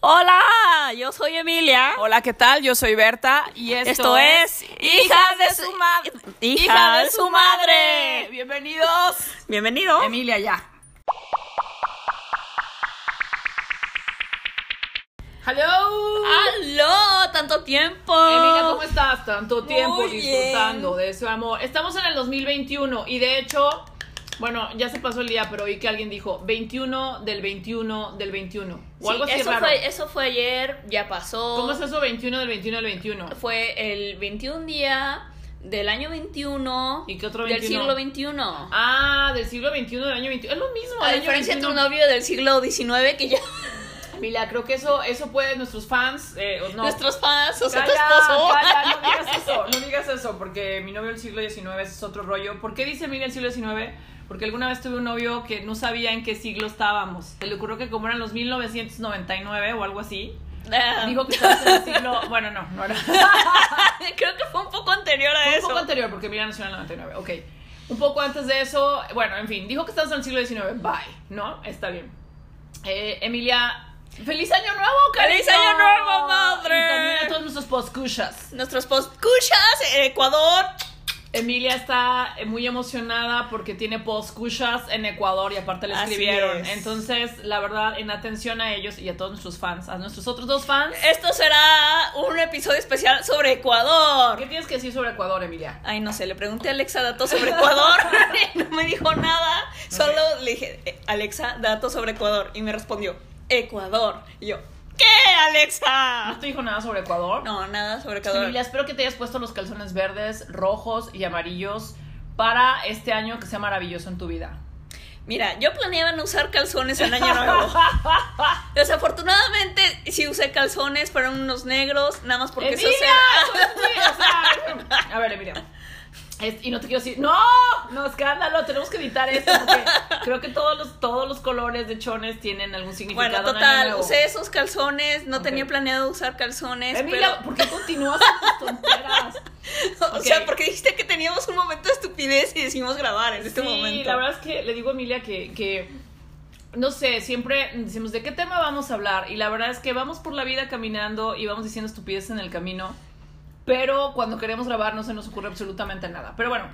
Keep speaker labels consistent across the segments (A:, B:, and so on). A: Hola, yo soy Emilia.
B: Hola, ¿qué tal? Yo soy Berta y
A: Esto
B: esto,
A: es
B: Hijas de su madre.
A: Hija de su madre.
B: Bienvenidos.
A: Bienvenido.
B: Emilia ya. Hello.
A: ¡Aló! ¡Tanto tiempo!
B: Emilia, ¿cómo estás? Tanto tiempo
A: Muy bien.
B: disfrutando de ese amor. Estamos en el 2021 y de hecho, bueno, ya se pasó el día, pero oí que alguien dijo 21 del 21 del 21 o
A: Sí,
B: algo así
A: eso,
B: raro.
A: Fue, eso fue ayer, ya pasó.
B: ¿Cómo es eso 21 del 21 del 21?
A: Fue el 21 día del año 21
B: ¿Y qué otro
A: del
B: 21?
A: siglo 21.
B: Ah, del siglo XXI, del año XXI. Es lo mismo.
A: A
B: del año
A: diferencia de tu
B: 21.
A: novio del siglo XIX que ya
B: Mila, creo que eso, eso puede nuestros fans. Eh, o no.
A: nuestros fans o sea, tu
B: Calla,
A: esposo.
B: calla, no digas eso, no digas eso, porque mi novio del siglo XIX es otro rollo. ¿Por qué dice Mila el siglo XIX? Porque alguna vez tuve un novio que no sabía en qué siglo estábamos. Se le ocurrió que como eran los 1999 o algo así,
A: Ah,
B: dijo que estábamos en el siglo... Bueno, no, no era.
A: Creo que fue un poco anterior a
B: Un
A: eso.
B: poco anterior, porque Mila nació en el 99, ok. Un poco antes de eso, bueno, en fin, dijo que estamos en el siglo XIX, bye, ¿no? Está bien. Eh, Emilia, ¡Feliz Año Nuevo, cariño!
A: ¡Feliz Año Nuevo, madre!
B: Y también a todos nuestros poscuchas.
A: Nuestros postcuchas, Ecuador.
B: Emilia está eh, muy emocionada porque tiene poscuchas en Ecuador y aparte le
A: Así
B: escribieron.
A: es.
B: Entonces, la verdad, en atención a ellos y a todos nuestros fans, a nuestros otros dos fans,
A: Esto será un episodio especial sobre Ecuador.
B: ¿qué tienes que decir sobre Ecuador, Emilia?
A: Ay, no sé, le pregunté a Alexa datos sobre Ecuador y no me dijo nada. Solo le dije, "Eh, Alexa, datos sobre Ecuador. Y me respondió, Ecuador. Y yo, ¿qué,
B: ¿No
A: Alexa?
B: te dijo nada sobre Ecuador?
A: No, nada sobre Ecuador.
B: Emilia, espero que te hayas puesto los calzones verdes, rojos y amarillos para este año que sea maravilloso en tu vida.
A: Mira, yo planeaba no usar calzones en Año Nuevo. Desafortunadamente, sí usé calzones, para unos negros, nada más porque
B: ¡Emilia! pues,
A: eso será.
B: Sí, o sea, a ver, Emilia. Es- y no te quiero decir, ¡no! No, escándalo, tenemos que evitar esto porque creo que todos los, todos los colores de chones tienen algún significado.
A: Bueno,
B: en Año
A: total,
B: Nuevo.
A: usé esos calzones, no
B: Ok.
A: tenía planeado usar calzones,
B: Emilia,
A: pero...
B: ¿por qué continúas con tus tonteras?
A: O
B: Ok.
A: sea, porque dijiste que teníamos un momento de estupidez y decidimos grabar en este
B: sí,
A: momento.
B: la verdad es que le digo a Emilia que, que, no sé, siempre decimos, ¿de qué tema vamos a hablar? Y la verdad es que vamos por la vida caminando y vamos diciendo estupideces en el camino, pero cuando queremos grabar no se nos ocurre absolutamente nada. Pero bueno,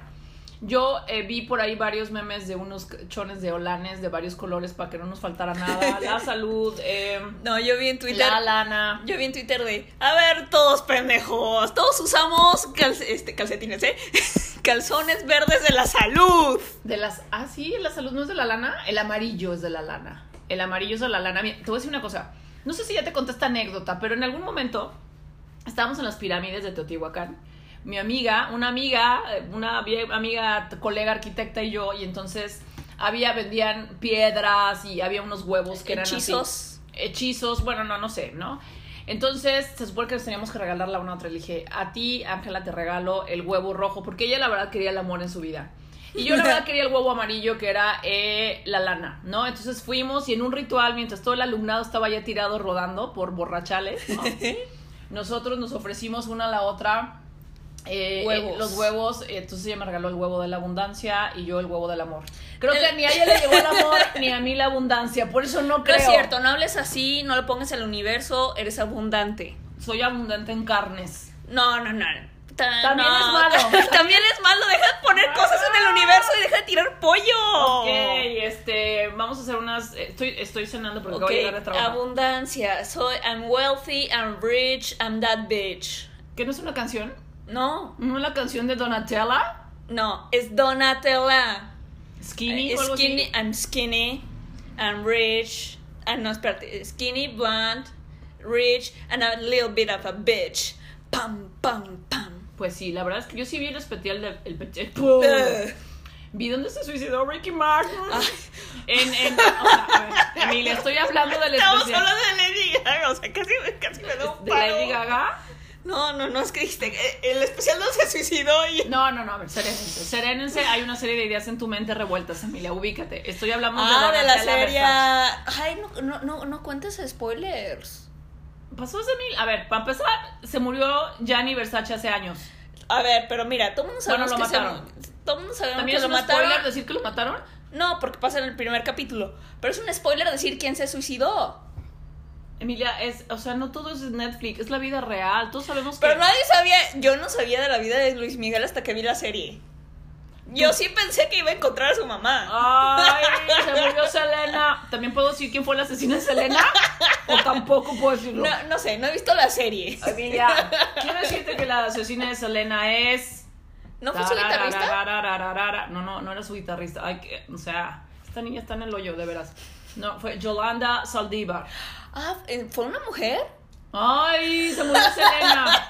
B: yo eh, vi por ahí varios memes de unos chones de olanes de varios colores para que no nos faltara nada. La salud, eh,
A: No, yo vi en Twitter...
B: la lana.
A: Yo vi en Twitter de, a ver, todos pendejos, todos usamos cal- este, calcetines, ¿eh? Calzones verdes de la salud.
B: De las. Ah, sí, la salud no es de la lana. El amarillo es de la lana. El amarillo es de la lana. Mira, te voy a decir una cosa. No sé si ya te conté esta anécdota, pero en algún momento estábamos en las pirámides de Teotihuacán. Mi amiga, una amiga, eh, una vie- amiga, t- colega arquitecta y yo, y entonces había, vendían piedras y había unos huevos que eran así
A: Hechizos.
B: hechizos, bueno, no, no sé, ¿no? Entonces, se supone que nos teníamos que regalarla una a otra. Le dije, a ti, Ángela, te regalo el huevo rojo, porque ella la verdad quería el amor en su vida. Y yo la verdad quería el huevo amarillo, que era eh, la lana, ¿no? Entonces fuimos y en un ritual, mientras todo el alumnado estaba ya tirado rodando por borrachales, ¿no? nosotros nos ofrecimos una a la otra eh,
A: Huevos.
B: eh, los huevos. eh, Entonces ella me regaló el huevo de la abundancia y yo el huevo del amor. Creo
A: El-
B: que ni a ella le llegó el amor ni a mí la abundancia, por eso no
A: No
B: creo.
A: es cierto, no hables así, no lo pongas al universo, eres abundante.
B: soy abundante en carnes.
A: No, no, no. Ta-
B: También
A: no.
B: es malo. Ah.
A: También es malo. Deja de poner cosas en el universo y deja de tirar pollo.
B: Ok, este, vamos a hacer unas. Estoy, estoy cenando porque
A: Ok,
B: voy a llegar a trabajar.
A: abundancia. Soy, I'm wealthy, I'm rich, I'm that bitch.
B: ¿Que no es una canción?
A: No,
B: ¿No es la canción de Donatella?
A: no, es Donatella.
B: Skinny o algo así?
A: Skinny, I'm skinny, I'm rich. Ah, no, espérate. Skinny, blonde, rich, and a little bit of a bitch. Pam, pam, pam.
B: Pues sí, la verdad es que yo sí vi el especial de. El, pe- el-
A: Oh. Ugh.
B: Vi dónde se suicidó Ricky Martin.
A: Ay.
B: En, en, o sea, a ver, Emilia, estoy hablando del
A: Estamos
B: especial.
A: hablando de Lady Gaga, o sea, casi, casi me da un
B: ¿De
A: paro.
B: Lady Gaga?
A: No, no, no, es que dijiste, eh, el especial no se suicidó y...
B: No, no, no, a ver, serénense. Serénense, hay una serie de ideas en tu mente revueltas, Emilia, ubícate. Estoy hablando
A: Ah, de la
B: Donatella
A: serie.
B: Versace.
A: Ay, no, no, no, no cuentes spoilers.
B: Pasó hace mil. A ver, para empezar, se murió Gianni Versace hace años.
A: A ver, pero mira, todo el mundo
B: Bueno,
A: sabemos
B: lo
A: que se-
B: mataron.
A: todo el mundo sabemos
B: También
A: que lo
B: es un
A: mataron.
B: spoiler decir que lo mataron.
A: No, porque pasa en el primer capítulo. Pero es un spoiler decir quién se suicidó.
B: Emilia, es, o sea, no todo es Netflix, es la vida real. Todos sabemos que.
A: Pero nadie sabía, yo no sabía de la vida de Luis Miguel hasta que vi la serie. Yo sí pensé que iba a encontrar a su mamá.
B: Ay, se murió Selena. ¿También puedo decir quién fue la asesina de Selena? O tampoco puedo decirlo.
A: No, no sé, no he visto la serie.
B: Emilia, quiero decirte que la asesina de Selena es.
A: ¿No fue su guitarrista?
B: Tararararararara. No, no, no era su guitarrista. Ay, que- o sea, esta niña está en el hoyo, de veras. No, fue Yolanda Saldívar.
A: Ah, eh, ¿fue una mujer?
B: Ay, se murió Selena.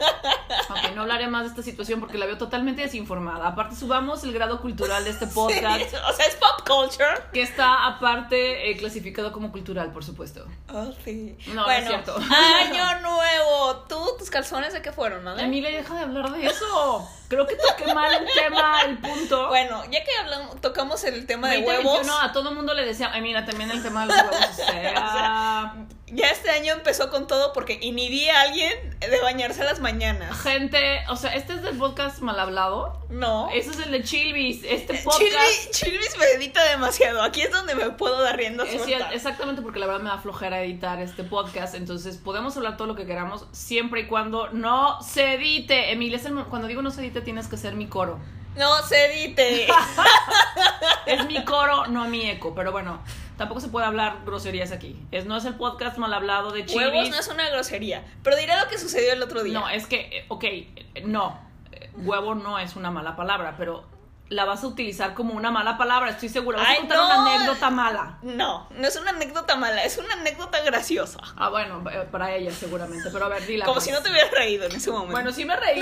B: Ok, no hablaré más de esta situación porque la veo totalmente desinformada. Aparte, subamos el grado cultural de este podcast,
A: Sí, o sea, es pop culture.
B: que está aparte eh, clasificado como cultural, por supuesto.
A: Oh, sí.
B: No, no es cierto.
A: Año nuevo. ¿Tú, tus calzones de qué fueron, madre?
B: Emilia, deja de hablar de eso. Creo que toqué mal el tema, el punto.
A: Bueno, ya que hablamos, tocamos el tema de
B: 2021,
A: huevos,
B: a todo mundo le decía, ay, mira, también el tema de los huevos. O sea,
A: ya este año empezó con todo porque inhibí a alguien de bañarse a las mañanas.
B: gente, o sea, este es del podcast mal hablado.
A: No.
B: Ese es el de Chilvis. Este podcast.
A: Chilvis, Chilvis me edita demasiado. Aquí es donde me puedo dar rienda
B: Es
A: suelta.
B: cierto, exactamente porque la verdad me da flojera editar este podcast, entonces podemos hablar todo lo que queramos siempre y cuando no se edite. Emilia, es el mo- cuando digo no se edite tienes que ser mi coro.
A: No se edite.
B: Es mi coro, no mi eco, pero bueno, tampoco se puede hablar groserías aquí. Es, no es el podcast mal hablado de chile
A: Huevos no es una grosería. Pero diré lo que sucedió el otro día.
B: No, es que, eh, ok, eh, no, eh, huevo no es una mala palabra, pero la vas a utilizar como una mala palabra, estoy segura. Vas
A: Ay,
B: a contar
A: no.
B: una anécdota mala.
A: no, no es una anécdota mala, es una anécdota graciosa.
B: Ah, bueno, eh, para ella seguramente, pero a ver, dila.
A: Como
B: pues.
A: si no te hubieras reído en ese momento.
B: Bueno, sí me reí.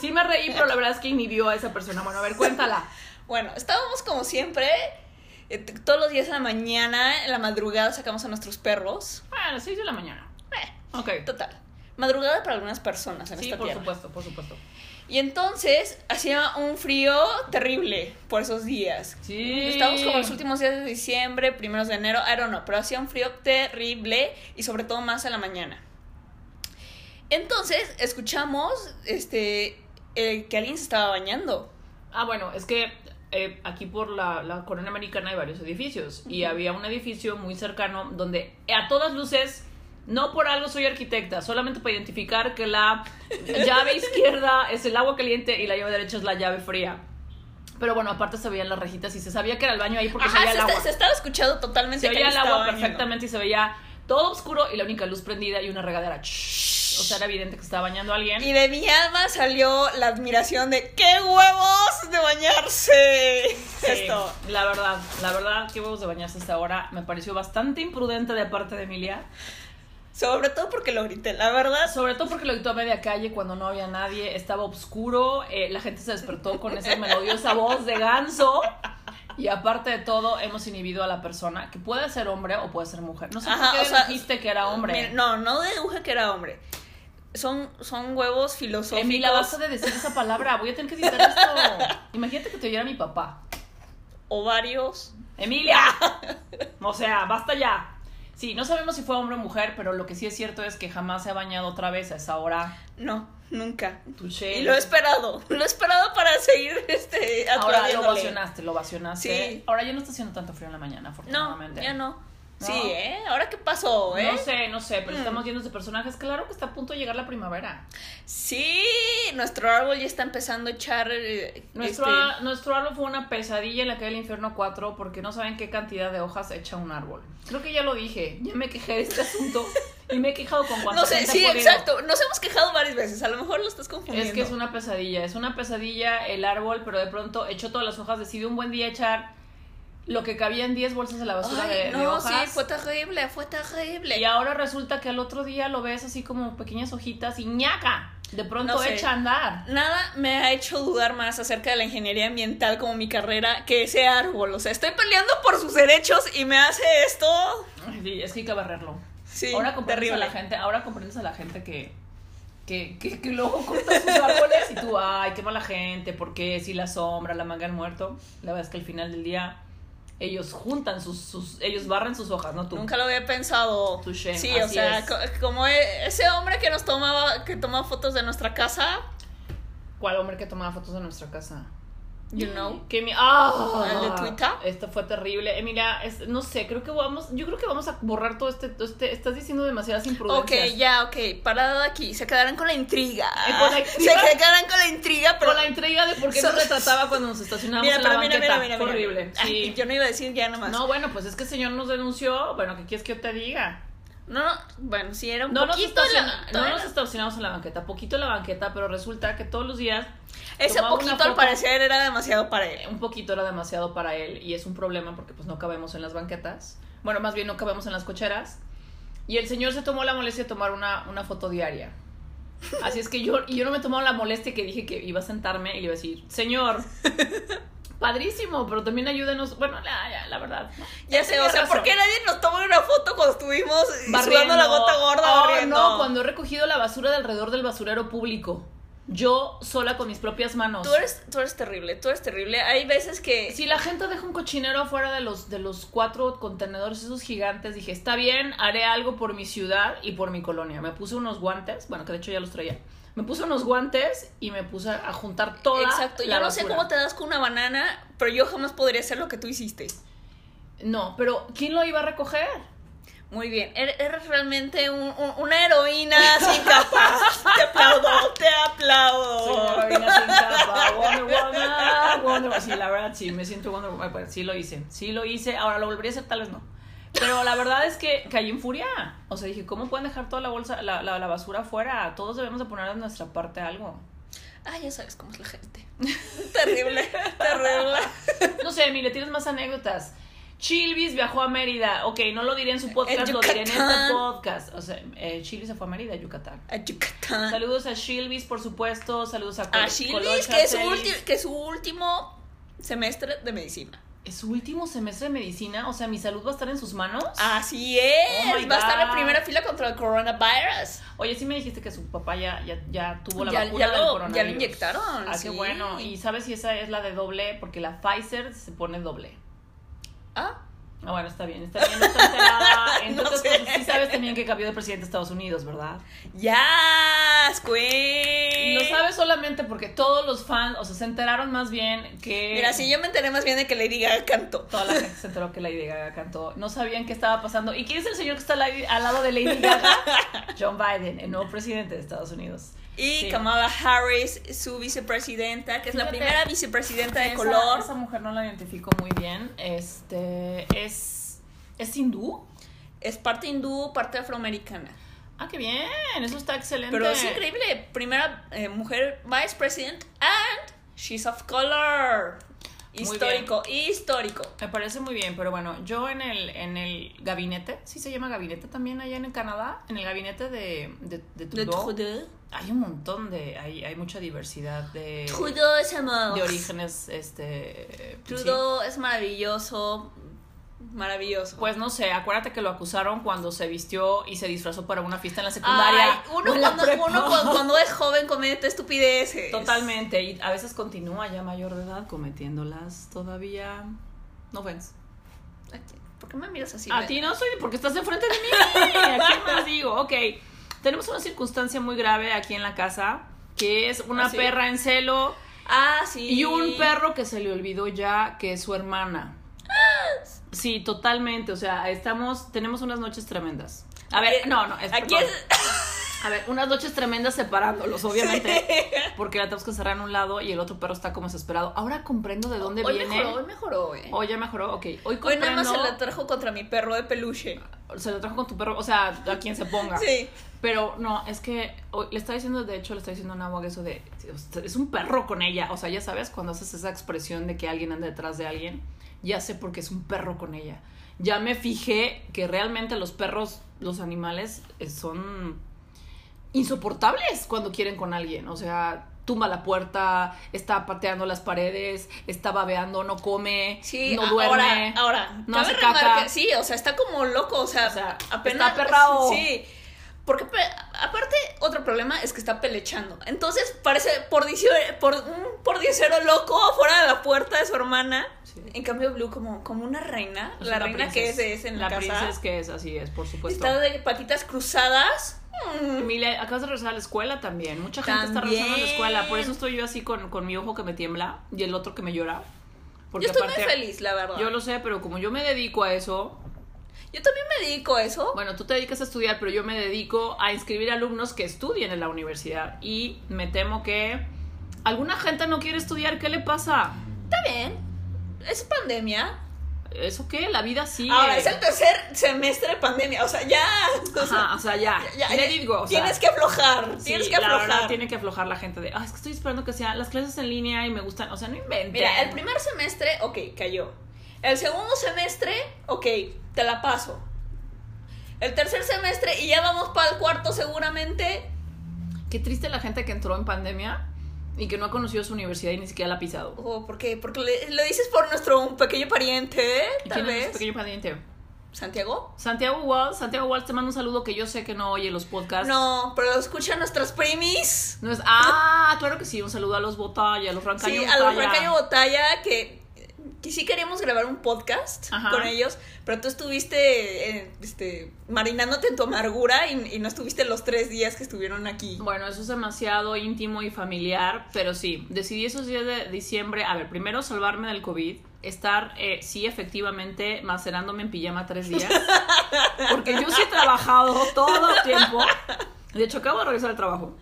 B: Sí me reí, pero la verdad es que inhibió a esa persona. Bueno, a ver, cuéntala.
A: Bueno, estábamos como siempre. eh, t- Todos los días en la mañana, en la madrugada, sacamos a nuestros perros.
B: Bueno, 6 de la mañana.
A: Eh,
B: Ok.
A: total. Madrugada para algunas personas en
B: Sí,
A: esta
B: por
A: tierra.
B: supuesto, por supuesto.
A: Y entonces hacía un frío terrible por esos días.
B: Sí.
A: Estábamos como los últimos días de diciembre, primeros de enero, I don't know, pero hacía un frío terrible y sobre todo más a la mañana. Entonces escuchamos este, eh, que alguien se estaba bañando.
B: Ah, bueno, es que eh, aquí por la, la corona americana hay varios edificios. Y había un edificio muy cercano donde eh, a todas luces. No por algo soy arquitecta, solamente para identificar que la llave izquierda es el agua caliente y la llave derecha es la llave fría. Pero bueno, aparte se veían las rejitas y se sabía que era el baño ahí porque se
A: Ajá,
B: veía
A: se,
B: el
A: está-
B: agua.
A: se estaba escuchando totalmente
B: se
A: que
B: veía el
A: alguien
B: agua
A: estaba bañando.
B: perfectamente y se veía todo oscuro y la única luz prendida y una regadera. Shhh. O sea, era evidente que estaba bañando a alguien.
A: Y de mi alma salió la admiración de ¡qué huevos de bañarse!
B: Sí,
A: Esto.
B: La verdad, la verdad, qué huevos de bañarse hasta ahora. Me pareció bastante imprudente de parte de Emilia.
A: Sobre todo porque lo grité, la verdad.
B: Sobre todo porque lo gritó a media calle cuando no había nadie, estaba oscuro, eh, la gente se despertó con esa melodiosa voz de ganso. Y aparte de todo, hemos inhibido a la persona que puede ser hombre o puede ser mujer. No sé
A: Ajá,
B: por
A: o
B: qué
A: sea,
B: dijiste que era hombre.
A: Mira, no, no deduje que era hombre. Son, son huevos filosóficos.
B: Emi, la basta de decir esa palabra. Voy a tener que citar esto. Imagínate que te oyera mi papá.
A: Ovarios.
B: ¡Emilia! O sea, basta ya. Sí, no sabemos si fue hombre o mujer, pero lo que sí es cierto es que jamás se ha bañado otra vez a esa hora.
A: No, nunca.
B: Touché.
A: Y lo he esperado. Lo he esperado para seguir este
B: Ahora lo
A: aturdiéndole.
B: vacionaste, lo vacionaste.
A: Sí.
B: Ahora ya no está haciendo tanto frío en la mañana,
A: No,
B: afortunadamente.
A: ya no.
B: No.
A: Sí, ¿eh? ¿Ahora qué pasó, eh?
B: No sé, no sé, pero
A: Mm.
B: estamos llenos de personajes. Claro que está a punto de llegar la primavera.
A: Sí, nuestro árbol ya está empezando a echar. eh,
B: Nuestro,
A: este,
B: a- nuestro árbol fue una pesadilla en la calle del infierno 4 porque no saben qué cantidad de hojas echa un árbol. Creo que ya lo dije, ya me quejé de este asunto y me he quejado con cuánto
A: No sé, sí, exacto. Nos hemos quejado varias veces. A lo mejor lo estás confundiendo.
B: Es que es una pesadilla, es una pesadilla el árbol, pero de pronto echó todas las hojas, decidió un buen día echar lo que cabía en 10 bolsas de la basura
A: Ay,
B: de, de
A: no, sí,
B: hojas.
A: fue terrible, fue terrible.
B: y ahora resulta que al otro día lo ves así como pequeñas hojitas y ñaca, de pronto
A: No sé.
B: echa a andar.
A: Nada me ha hecho dudar más acerca de la ingeniería ambiental como mi carrera que ese árbol. O sea, estoy peleando por sus derechos y me hace esto.
B: Ay, sí, es que hay que barrerlo.
A: Sí,
B: ahora comprendes
A: terrible.
B: a la gente, ahora comprendes a la gente que que, que, que luego corta sus árboles y tú, ay, qué mala gente, porque si la sombra, la manga del muerto, la verdad es que al final del día ellos juntan sus, sus ellos barren sus hojas, no tú.
A: Nunca lo había pensado.
B: Touché,
A: sí, o
B: así
A: sea,
B: es.
A: co- como e- ese hombre que nos tomaba, que tomaba fotos de nuestra casa,
B: ¿Cuál hombre que tomaba fotos de nuestra casa?
A: You know.
B: Que mi, ¡Ah!
A: ¿El de Twitter?
B: Esto fue terrible. Emilia, es- no sé, creo que vamos, yo creo que vamos a borrar todo este, todo este- estás diciendo demasiadas imprudencias.
A: Ok, ya, ok. Parada aquí. Se quedarán con la intriga.
B: Eh, con la intriga.
A: Se quedarán con la intriga, pero.
B: Por la intriga de por qué nos
A: Solo-
B: retrataba cuando nos estacionábamos
A: Mira,
B: en la
A: pero mira,
B: banqueta.
A: mira, mira,
B: Fue
A: mira.
B: horrible.
A: Ay,
B: sí.
A: yo no iba a decir ya nomás.
B: No, bueno, pues es que el señor nos denunció, bueno, ¿qué quieres que yo te diga?
A: No, no, bueno, sí era un
B: No nos,
A: poquito en la-
B: estaciona- no
A: todavía
B: nos
A: no.
B: estacionamos en la banqueta, poquito en la banqueta, pero resulta que todos los días
A: Ese
B: tomaba una
A: poquito
B: foto.
A: al parecer era demasiado para
B: eh,
A: él.
B: un poquito era demasiado para él y es un problema porque pues no cabemos en las banquetas. Bueno, más bien no cabemos en las cocheras. Y el señor se tomó la molestia de tomar una, una foto diaria. Así es que yo, y yo no me tomaba la molestia que dije que iba a sentarme y le iba a decir, señor, padrísimo, pero también ayúdenos. Bueno, la, ya, la verdad.
A: Ya
B: Él
A: sé,
B: tenía
A: o sea,
B: razón.
A: ¿por qué nadie nos tomó una foto cuando estuvimos eh,
B: Barriendo.
A: sudando la gota gorda
B: Oh,
A: barriendo?
B: no, cuando he recogido la basura de alrededor del basurero público. Yo sola con mis propias manos.
A: Tú eres, tú eres terrible, tú eres terrible. Hay veces que.
B: Si la gente deja un cochinero afuera de los, de los cuatro contenedores esos gigantes, dije, está bien, haré algo por mi ciudad y por mi colonia. Me puse unos guantes, bueno, que de hecho ya los traía. Me puse unos guantes y me puse a juntar toda
A: Exacto,
B: la
A: yo no sé
B: basura.
A: cómo te das con una banana, pero yo jamás podría hacer lo que tú hiciste.
B: No, pero ¿quién lo iba a recoger?
A: Muy bien, er- eres realmente un- un- una heroína sin capas. te aplaudo, te
B: Soy
A: aplaudo.
B: una heroína sin capa, Wonder Woman, Wonder Woman. Sí, la verdad, sí, me siento Wonder Woman. Bueno, sí lo hice, sí lo hice. Ahora, ¿lo volvería a hacer? Tal vez no. Pero la verdad es que caí en furia. O sea, dije, ¿cómo pueden dejar toda la bolsa, la, la- la basura afuera? Todos debemos de poner de nuestra parte algo.
A: Ah, ya sabes cómo es la gente. terrible, terrible.
B: No sé, Emile, tienes más anécdotas. Chilvis viajó a Mérida. Ok, no lo diré en su podcast,
A: En
B: lo diré en
A: Yucatán.
B: este podcast. O sea, eh, Chilvis se fue a Mérida, Yucatán.
A: A Yucatán.
B: Saludos a Chilvis, por supuesto. Saludos a, Col-
A: Ah. a Shilvis,
B: Colocha
A: que es, su
B: Celis.
A: ulti- que es su último semestre de medicina.
B: ¿Es su último semestre de medicina? O sea, ¿mi salud va a estar en sus manos?
A: Así es.
B: Oh my
A: Va a estar en
B: God.
A: primera fila contra el coronavirus.
B: Oye, sí me dijiste que su papá ya, ya, ya tuvo la
A: Ya-
B: vacuna
A: ya
B: del
A: lo-
B: coronavirus.
A: ya lo inyectaron,
B: Ah,
A: sí.
B: qué bueno. ¿Y sabes si esa es la de doble? Porque la Pfizer se pone doble.
A: Ah,
B: Ah, bueno, está bien, está bien, no está enterada. Entonces,
A: No sé.
B: pues, sí sabes también que cambió de presidente de Estados Unidos, ¿verdad?
A: ya,
B: Y
A: Queen.
B: lo sabes solamente porque todos los fans, o sea, se enteraron más bien que...
A: Mira, si yo me enteré más bien de que le diga canto.
B: Toda la gente se enteró que Lady Gaga cantó. No sabían qué estaba pasando. ¿Y quién es el señor que está al, al lado de Lady Gaga? John Biden, el nuevo presidente de Estados Unidos.
A: Y
B: Sí.
A: Kamala Harris, su vicepresidenta, que es la
B: Fíjate.
A: primera vicepresidenta de
B: Esa-
A: color.
B: Esa mujer no la identifico muy bien. Este, es... ¿Es hindú?
A: Es parte hindú, parte afroamericana.
B: Ah, qué bien. Eso está excelente.
A: Pero es increíble. Primera eh, mujer vice president and she's of color.
B: Muy
A: Histórico, histórico.
B: Me parece muy bien, pero bueno, yo en el, en el gabinete, sí se llama gabinete también allá en Canadá, en el gabinete de, de,
A: De
B: de Trudeau,
A: Trudeau.
B: hay un montón de, hay, hay mucha diversidad de,
A: Trudeau es amor.
B: Eh, de orígenes, este... sí.
A: Trudeau es maravilloso. Maravilloso.
B: Pues no sé, acuérdate que lo acusaron cuando se vistió y se disfrazó para una fiesta en la secundaria.
A: Ay, uno,
B: o en la
A: cuando,
B: prepa.
A: uno cu- cuando es joven comete estupideces.
B: Totalmente, y a veces continúa ya mayor de edad cometiéndolas todavía... No ves.
A: ¿Por qué me miras así?
B: A
A: Ben?
B: ti no soy porque estás enfrente de mí. ¿A quién más digo? Ok. Tenemos una circunstancia muy grave aquí en la casa, que es una
A: ¿Ah, sí?
B: perra en celo
A: Ah, sí.
B: y un perro que se le olvidó ya que es su hermana. Sí, totalmente. O sea, estamos, tenemos unas noches tremendas. A ver,
A: Aquí-
B: no, no. es-
A: Aquí
B: perdón.
A: es.
B: A ver, unas noches tremendas separándolos, obviamente, porque la tenemos que cerrar en un lado y el otro perro está como desesperado. Ahora comprendo de dónde
A: hoy
B: viene.
A: mejoró, hoy mejoró, eh.
B: Oh, ya mejoró, ok. Hoy comprendo.
A: Hoy nada más se la trajo contra mi perro de peluche.
B: se lo trajo con tu perro, o sea, a quien se ponga.
A: Sí.
B: Pero no, es que o- le está diciendo, de hecho, le está diciendo a Nahua eso de, es un perro con ella. O sea, ya sabes, cuando haces esa expresión de que alguien anda detrás de alguien, ya sé por qué es un perro con ella. Ya me fijé que realmente los perros, los animales, eh, son insoportables cuando quieren con alguien. O sea, tumba la puerta, está pateando las paredes, está babeando, no come,
A: Sí,
B: no
A: a-
B: duerme.
A: Ahora, ahora
B: no
A: cabe
B: hace caca.
A: remarcar- sí, o sea, está como loco, o sea,
B: O sea,
A: apenas.
B: está aperrado.
A: Sí. Porque pe- aparte, otro problema es que está pelechando. Entonces parece por dicio- por un pordicero loco afuera de la puerta de su hermana.
B: Sí.
A: En cambio, Blue, como, como una reina,
B: Es
A: la
B: una
A: reina que es,
B: princesa.
A: es en la, casa.
B: princesa que es, así es, por supuesto.
A: Está de patitas cruzadas. Mm,
C: Emilia, acabas de regresar a la escuela también. Mucha gente está
A: También.
C: regresando a la escuela. Por eso estoy yo así con, con mi ojo que me tiembla y el otro que me llora. Porque
A: Yo estoy muy
C: aparte-
A: feliz, la verdad.
C: Yo lo sé, pero como yo me dedico a eso,
A: Yo también me dedico a eso.
C: bueno, tú te dedicas a estudiar, pero yo me dedico a inscribir alumnos que estudien en la universidad. Y me temo que alguna gente no quiere estudiar. ¿Qué le pasa?
A: Está bien. Es pandemia.
C: ¿Eso qué? La vida sigue.
A: Ahora, es el tercer semestre de pandemia. O sea, ya. o sea,
C: Ajá, o sea, ya.
A: ya- ya-
C: Let it go, o sea.
A: tienes que aflojar.
C: Sí,
A: tienes que
C: la
A: aflojar.
C: verdad, tiene que aflojar la gente de, ah, es que estoy esperando que sean las clases en línea y me gustan, o sea, no inventen.
A: Mira, el primer semestre, ok, cayó. El segundo semestre, ok, te la paso. El tercer semestre y ya vamos para el cuarto seguramente.
C: Qué triste la gente que entró en pandemia y que no ha conocido su universidad y ni siquiera la ha pisado.
A: Oh, ¿Por qué? Porque le- lo dices por nuestro un pequeño pariente, ¿eh?
C: ¿Y
A: tal
C: quién es
A: vez.
C: ese pequeño pendiente?
A: ¿Santiago?
C: Santiago Walls, Santiago Walls, te mando un saludo que yo sé que no oye los podcasts.
A: No, pero escucha a nuestras primis.
C: No es, ah, claro que sí, un saludo a los Botalla, a los Rancaño
A: Sí, a los
C: Botalla.
A: Rancaño Botalla que, que sí queríamos grabar un podcast
C: Ajá.
A: con ellos, pero tú estuviste eh, este, marinándote en tu amargura y, y no estuviste los tres días que estuvieron aquí.
C: Bueno, eso es demasiado íntimo y familiar, pero sí, decidí esos días de diciembre, a ver, primero salvarme del COVID, estar, eh, sí, efectivamente, macerándome en pijama tres días, porque yo sí he trabajado todo el tiempo, de hecho acabo de regresar al trabajo.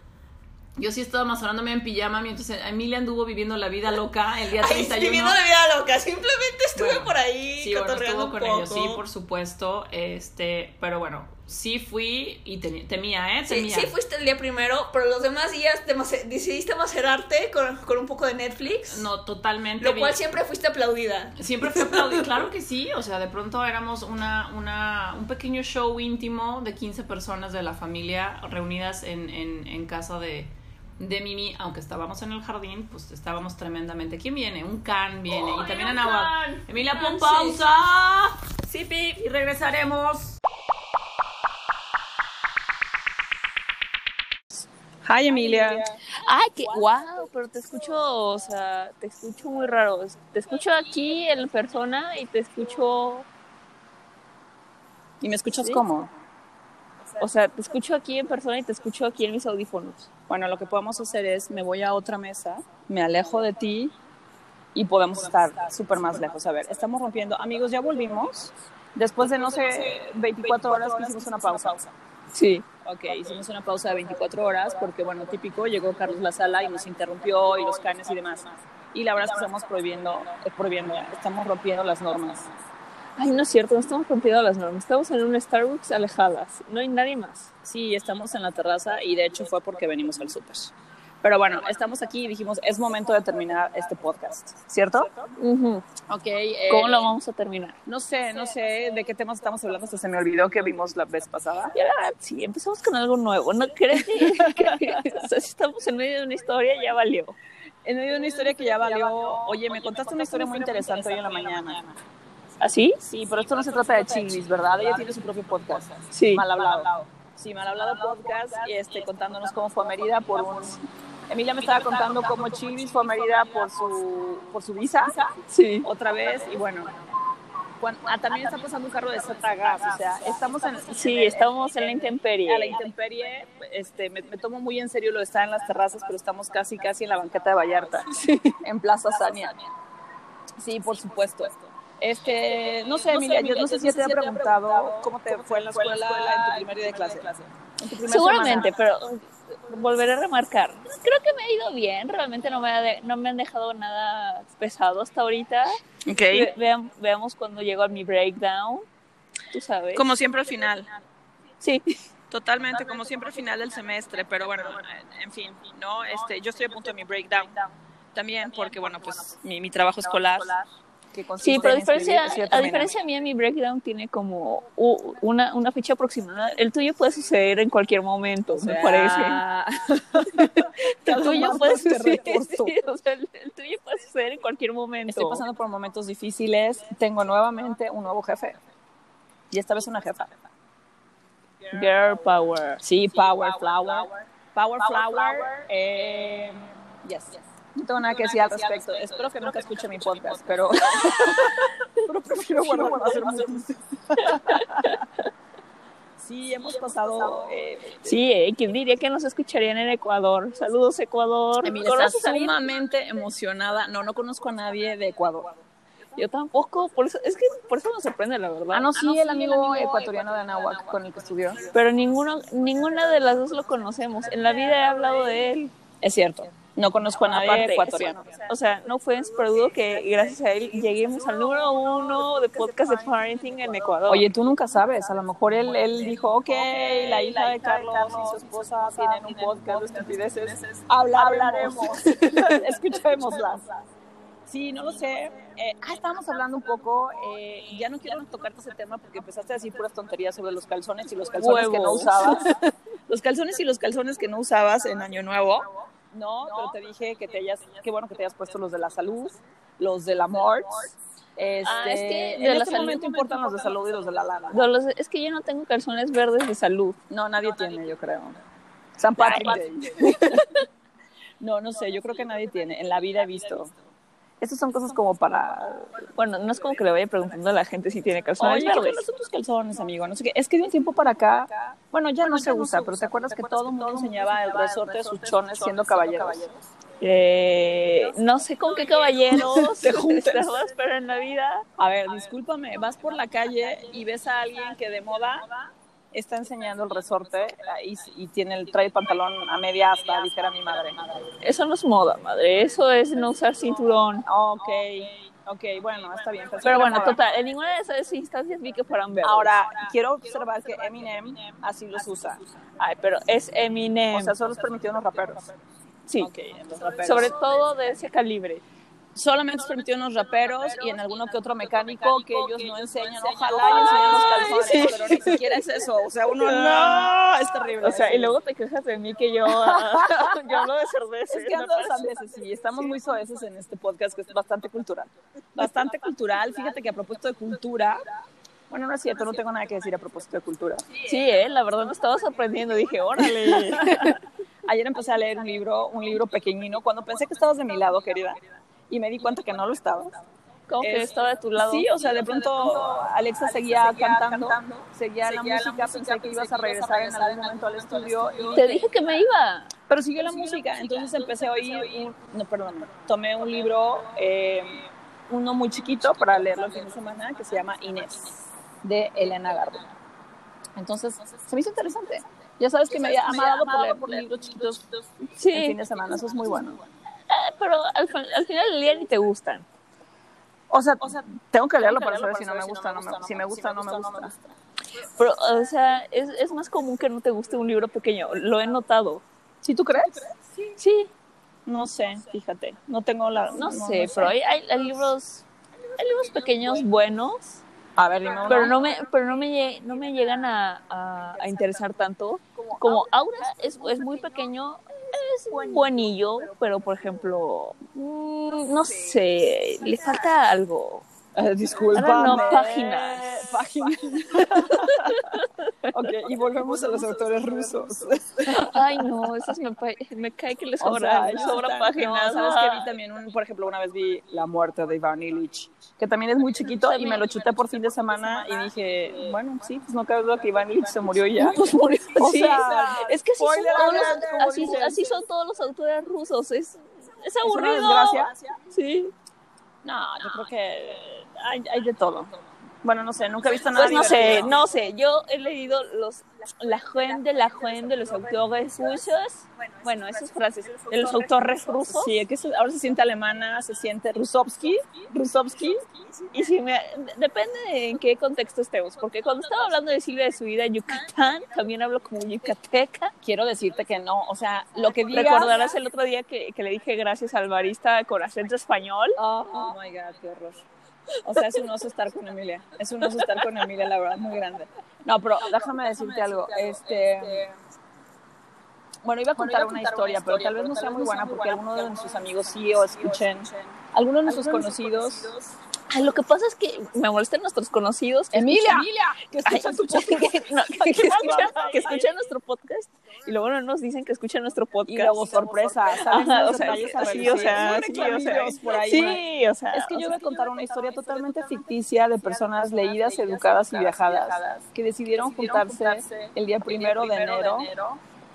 C: Yo sí he estado macerándome en pijama mientras Emilia anduvo viviendo la vida loca el día
A: Ay,
C: 31.
A: viviendo la vida loca, simplemente estuve
C: Bueno,
A: por ahí
C: Sí, bueno,
A: cotorreando
C: estuvo con
A: un
C: ellos,
A: poco.
C: sí, por supuesto, este, pero bueno, sí fui y teni- temía, ¿eh?
A: Sí,
C: Temía.
A: sí fuiste el día primero, pero los demás días te mace- decidiste macerarte con, con un poco de Netflix,
C: No, totalmente.
A: lo
C: vi-
A: cual siempre fuiste aplaudida.
C: Siempre fue aplaudido, claro que sí, o sea, de pronto éramos una, una, un pequeño show íntimo de 15 personas de la familia reunidas en, en, en casa de, de Mimi, aunque estábamos en el jardín, pues estábamos tremendamente. ¿Quién viene? Un can viene,
A: ¡Ay,
C: y también
A: un
C: Ana Guad-
A: can!
C: Emilia, pon
A: Francis.
C: pausa
A: Sí, Pip.
C: y regresaremos. Hi, Emilia.
D: Ay, que wow, pero te escucho, o sea, te escucho muy raro. Te escucho aquí en persona y te escucho,
B: ¿Y me escuchas
D: Sí.
B: cómo?
D: o sea, te escucho aquí en persona y te escucho aquí en mis audífonos.
B: Bueno, lo que podemos hacer es, me voy a otra mesa, me alejo de ti y podemos estar súper más lejos. A ver, estamos rompiendo. Amigos, ya volvimos. Después de, no sé, 24 horas que hicimos una pausa.
D: Sí.
B: Ok, hicimos una pausa de 24 horas porque, bueno, típico, llegó Carlos La Sala y nos interrumpió y los canes y demás. Y la verdad es que estamos prohibiendo, eh, prohibiendo, estamos rompiendo las normas.
D: Ay, no es cierto, no estamos rompiendo las normas. Estamos en un Starbucks alejadas, no hay nadie más.
B: Sí, estamos en la terraza y de hecho fue porque venimos al súper. Pero bueno, estamos aquí y dijimos, es momento de terminar este podcast, ¿cierto?
D: Ujú.
B: Ok. eh,
D: ¿Cómo lo vamos a terminar?
B: No sé, no sé de qué temas estamos hablando, hasta se me olvidó que vimos la vez pasada.
D: Ya, la verdad, sí, empezamos con algo nuevo, ¿no crees? o sea, si estamos en medio de una historia, ya valió.
B: En medio de una historia que ya valió, oye, me contaste una historia muy interesante hoy en la mañana.
D: ¿Así?
B: Sí, pero esto no se trata de chismes, ¿verdad? Ella tiene su propio podcast.
D: Sí.
B: Mal hablado. Sí, mal hablado podcast y este, contándonos cómo fue a Mérida por un... Emilia me estaba contando cómo Chivis fue a Mérida por su, por su visa,
D: Sí.
B: otra vez, y bueno... cuan- ah, también está pasando un carro de Zeta Gas, o sea, estamos en...
D: Sí, estamos en la intemperie.
B: a la intemperie, este, me, me tomo muy en serio lo de estar en las terrazas, pero estamos casi, casi en la banqueta de Vallarta, en Plaza Sania. Sí, por supuesto. Este, no sé, Emilia, yo no sé si ya te he preguntado cómo te fue en la escuela en tu primer día de clase. en tu primera
D: Seguramente,
B: semana.
D: pero volveré a remarcar. Creo que me ha ido bien, realmente no me, ha de- no me han dejado nada pesado hasta ahorita. Ve- veam- veamos cuando llego a mi breakdown, tú sabes.
B: Como siempre al final,
D: Sí,
B: Pues totalmente, como siempre al final del semestre, pero bueno, en fin, no, este, yo estoy a punto de mi breakdown también, porque bueno, pues mi, mi trabajo escolar. que consiste
D: sí pero a
B: en
D: diferencia,
B: escribir, pues,
D: a
B: termina.
D: diferencia mía, mi breakdown tiene como u- una, una fecha aproximada. El tuyo puede suceder en cualquier momento, me parece. El tuyo puede
B: pues, este
D: suceder, sí, o sea, el, el tuyo puede suceder en cualquier momento.
B: Estoy pasando por momentos difíciles. Tengo nuevamente un nuevo jefe. Y esta vez una jefa.
D: Girl power.
B: Sí, Power Flower. Power Flower. eh, yes. No tengo nada que decir al respecto. Espero que nunca escuche mi podcast, pero. pero prefiero guardarlo. hacer mutis. sí, hemos pasado. eh,
A: Sí, eh, ¿quién diría que nos escucharían en Ecuador? Saludos, Ecuador.
B: Emilia
A: ¿Conoces
B: está
A: a alguien?
B: sumamente emocionada. No, no conozco a nadie de Ecuador.
A: Yo tampoco, por eso, es que por eso me sorprende, la verdad.
B: Ah, no, sí, el amigo ecuatoriano de Anáhuac con el que estudió.
A: Pero ninguno, ninguna de las dos lo conocemos. En la vida he hablado de él.
B: Es cierto. No conozco a nadie
A: Aparte,
B: ecuatoriano.
A: O sea, no fue dudo que gracias a él lleguemos al número uno de podcast de parenting en Ecuador.
B: Oye, tú nunca sabes. A lo mejor él, él dijo, Oh. ok, la hija de Carlos y su esposa tienen un podcast de estupideces. Hablaremos. Escuchémoslas. Sí, no lo sé. Eh, ah, estábamos hablando un poco. eh, ya no quiero tocarte ese tema porque empezaste a decir puras tonterías sobre los calzones y los calzones que no
A: Huevos.
B: usabas. Los calzones y los calzones que no usabas en Año Nuevo. No, pero te dije que te hayas, qué bueno que te hayas puesto los de la salud, los del amor. Este,
A: Ah, es que
B: en
A: de la
B: este
A: salud-
B: momento importan los de salud y los de la lana.
A: No, los- es que yo no tengo calzones verdes de salud.
B: No, nadie tiene, yo creo. San Patrick Day. No, no sé, yo creo que nadie tiene. En la vida he visto. Estas son cosas como para...
A: Bueno, no es como que le vaya preguntando a la gente si tiene calzones
B: Oye, ¿qué
A: verdes.
B: onda son tus calzones, amigo? No sé qué. Es que de un tiempo para acá, bueno, ya no se usa, pero ¿te acuerdas que todo el mundo enseñaba el resorte de sus chones siendo caballeros?
A: Eh, no sé con qué caballeros este,
B: Te juntas.
A: estabas, pero en la vida.
B: A ver, discúlpame, vas por la calle y ves a alguien que de moda está enseñando el resorte eh, y, y tiene el, trae el pantalón a media hasta, dijera mi madre.
A: Eso no es moda, madre. Eso es no usar cinturón.
B: Ok, ok, bueno, está bien. pensé que
A: Pero
B: era
A: bueno,
B: moda.
A: total, en ninguna de esas instancias vi que fueran verdes.
B: Ahora, quiero observar que Eminem así los usa.
A: Ay, pero es Eminem.
B: O sea, solo los permitió en los raperos.
A: sí.
B: Ok, en los raperos.
A: Sobre todo de ese calibre.
B: solamente se permitió en los raperos y en alguno que otro mecánico que ellos no enseñan. Ojalá y
A: Ay,
B: enseñen los calzones,
A: sí.
B: pero ni siquiera es eso. O sea, uno no,
A: No.
B: es terrible.
A: O sea, y luego te quejas de mí que yo, ah, yo hablo de cerveza.
B: Es que ando sandeces y estamos muy soeces en este podcast que es bastante cultural. Bastante cultural. Fíjate que a propósito de cultura, bueno, no es cierto, no tengo nada que decir a propósito de cultura.
A: Sí, eh, la verdad me estaba sorprendiendo. Dije, órale.
B: Ayer empecé a leer un libro, un libro pequeñino, cuando pensé que estabas de mi lado, querida, y me di cuenta que no lo estabas.
A: Como que estaba de tu lado.
B: Sí, o sea, de pronto Alexa seguía cantando, seguía la música, pensé que ibas a regresar en algún momento al estudio, y-
A: Te dije que me iba.
B: pero siguió la música, entonces empecé a oír, un- no, perdón, tomé un libro, eh, uno muy chiquito para leerlo el fin de semana, que se llama Inés, de Elena Garro. Entonces, se me hizo interesante. Ya sabes que me había amado por leer libros chiquitos el
A: Sí,
B: fin de semana, eso es muy bueno.
A: eh, pero al, fin- al final del día ni te gustan.
B: O sea, tengo que leerlo para saber si no me gusta, no me- si me gusta o no me gusta.
A: Pero, o sea, es, es más común que no te guste un libro pequeño. Lo he notado.
B: ¿Sí tú crees?
A: Sí,
B: No sé, fíjate, no tengo la...
A: no, sé, pero hay, hay- hay libros, hay libros pequeños buenos,
B: A ver, dime uno.
A: pero no me, pero no me, lle- no me llegan a, a- a interesar tanto. Como Aura es, es muy pequeño, es buenillo, pero por ejemplo, mm, no sé, le falta algo.
B: Eh, discúlpame.
A: Ahora no, páginas.
B: Páginas. ok, y volvemos a los autores rusos.
A: Ay, no, esos me, pa- me cae que les
B: O
A: sobra,
B: sea,
A: les
B: sobra
A: sobra
B: páginas.
A: páginas.
B: ¿Sabes que vi también? Un, por ejemplo, una vez vi La muerte de Iván Illich, que también es muy chiquito y me lo chuté por fin de semana y dije, bueno, sí, pues no cabe duda que Iván Illich se murió y ya.
A: Pues murió.
B: O
A: Sí,
B: sea,
A: es que así son,
B: spoiler
A: todos
B: alert,
A: los,
B: como
A: así,
B: dicen.
A: así son todos los autores rusos. Es, es
B: ¿Es una
A: aburrido.
B: desgracia?
A: Sí.
B: No, yo creo que hay, hay de todo. Bueno, no sé, nunca he visto nada
A: Pues no sé,
B: divertido.
A: no sé. Yo he leído los la gente, la gente de los autores rusos. Bueno, esas frases de los autores rusos.
B: Sí, es que se- ahora se siente alemana, se siente Rusovsky, Rusovsky,
A: Y si me, depende de en qué contexto estemos, porque cuando estaba hablando de Silvia de su vida en Yucatán, también hablo como yucateca.
B: Quiero decirte que no, o sea, lo que digas...
A: Recordarás el otro día que, que le dije gracias al barista con acento español.
B: Oh, oh my God, qué horror. O sea, es un oso estar con Emilia. Es un oso estar con Emilia, la verdad, muy grande. No, pero déjame decirte algo. Este, bueno, iba a contar una historia, pero tal vez no sea muy buena porque alguno de nuestros amigos sí o escuchen. Algunos de nuestros conocidos...
A: Ay, lo que pasa es que me molestan nuestros conocidos. que
B: ¡Emilia!
A: escuchan- Ay, que escuchan- que- no, que escuchan- que escuchan nuestro podcast y
D: Y luego no nos dicen que escuchan nuestro podcast.
B: Y luego sorpresa, ¿sabes?
D: Ajá,
B: Los
D: o sea,
B: detalles a
D: sí,
B: revelar.
D: o sea,
B: Muy
D: sí, o sea,
B: reclamillos por ahí.
D: Sí, o sea.
B: Es que
D: o
B: yo
D: sea,
B: voy a contar una historia totalmente ficticia de personas leídas, educadas y viajadas que decidieron juntarse el día primero de enero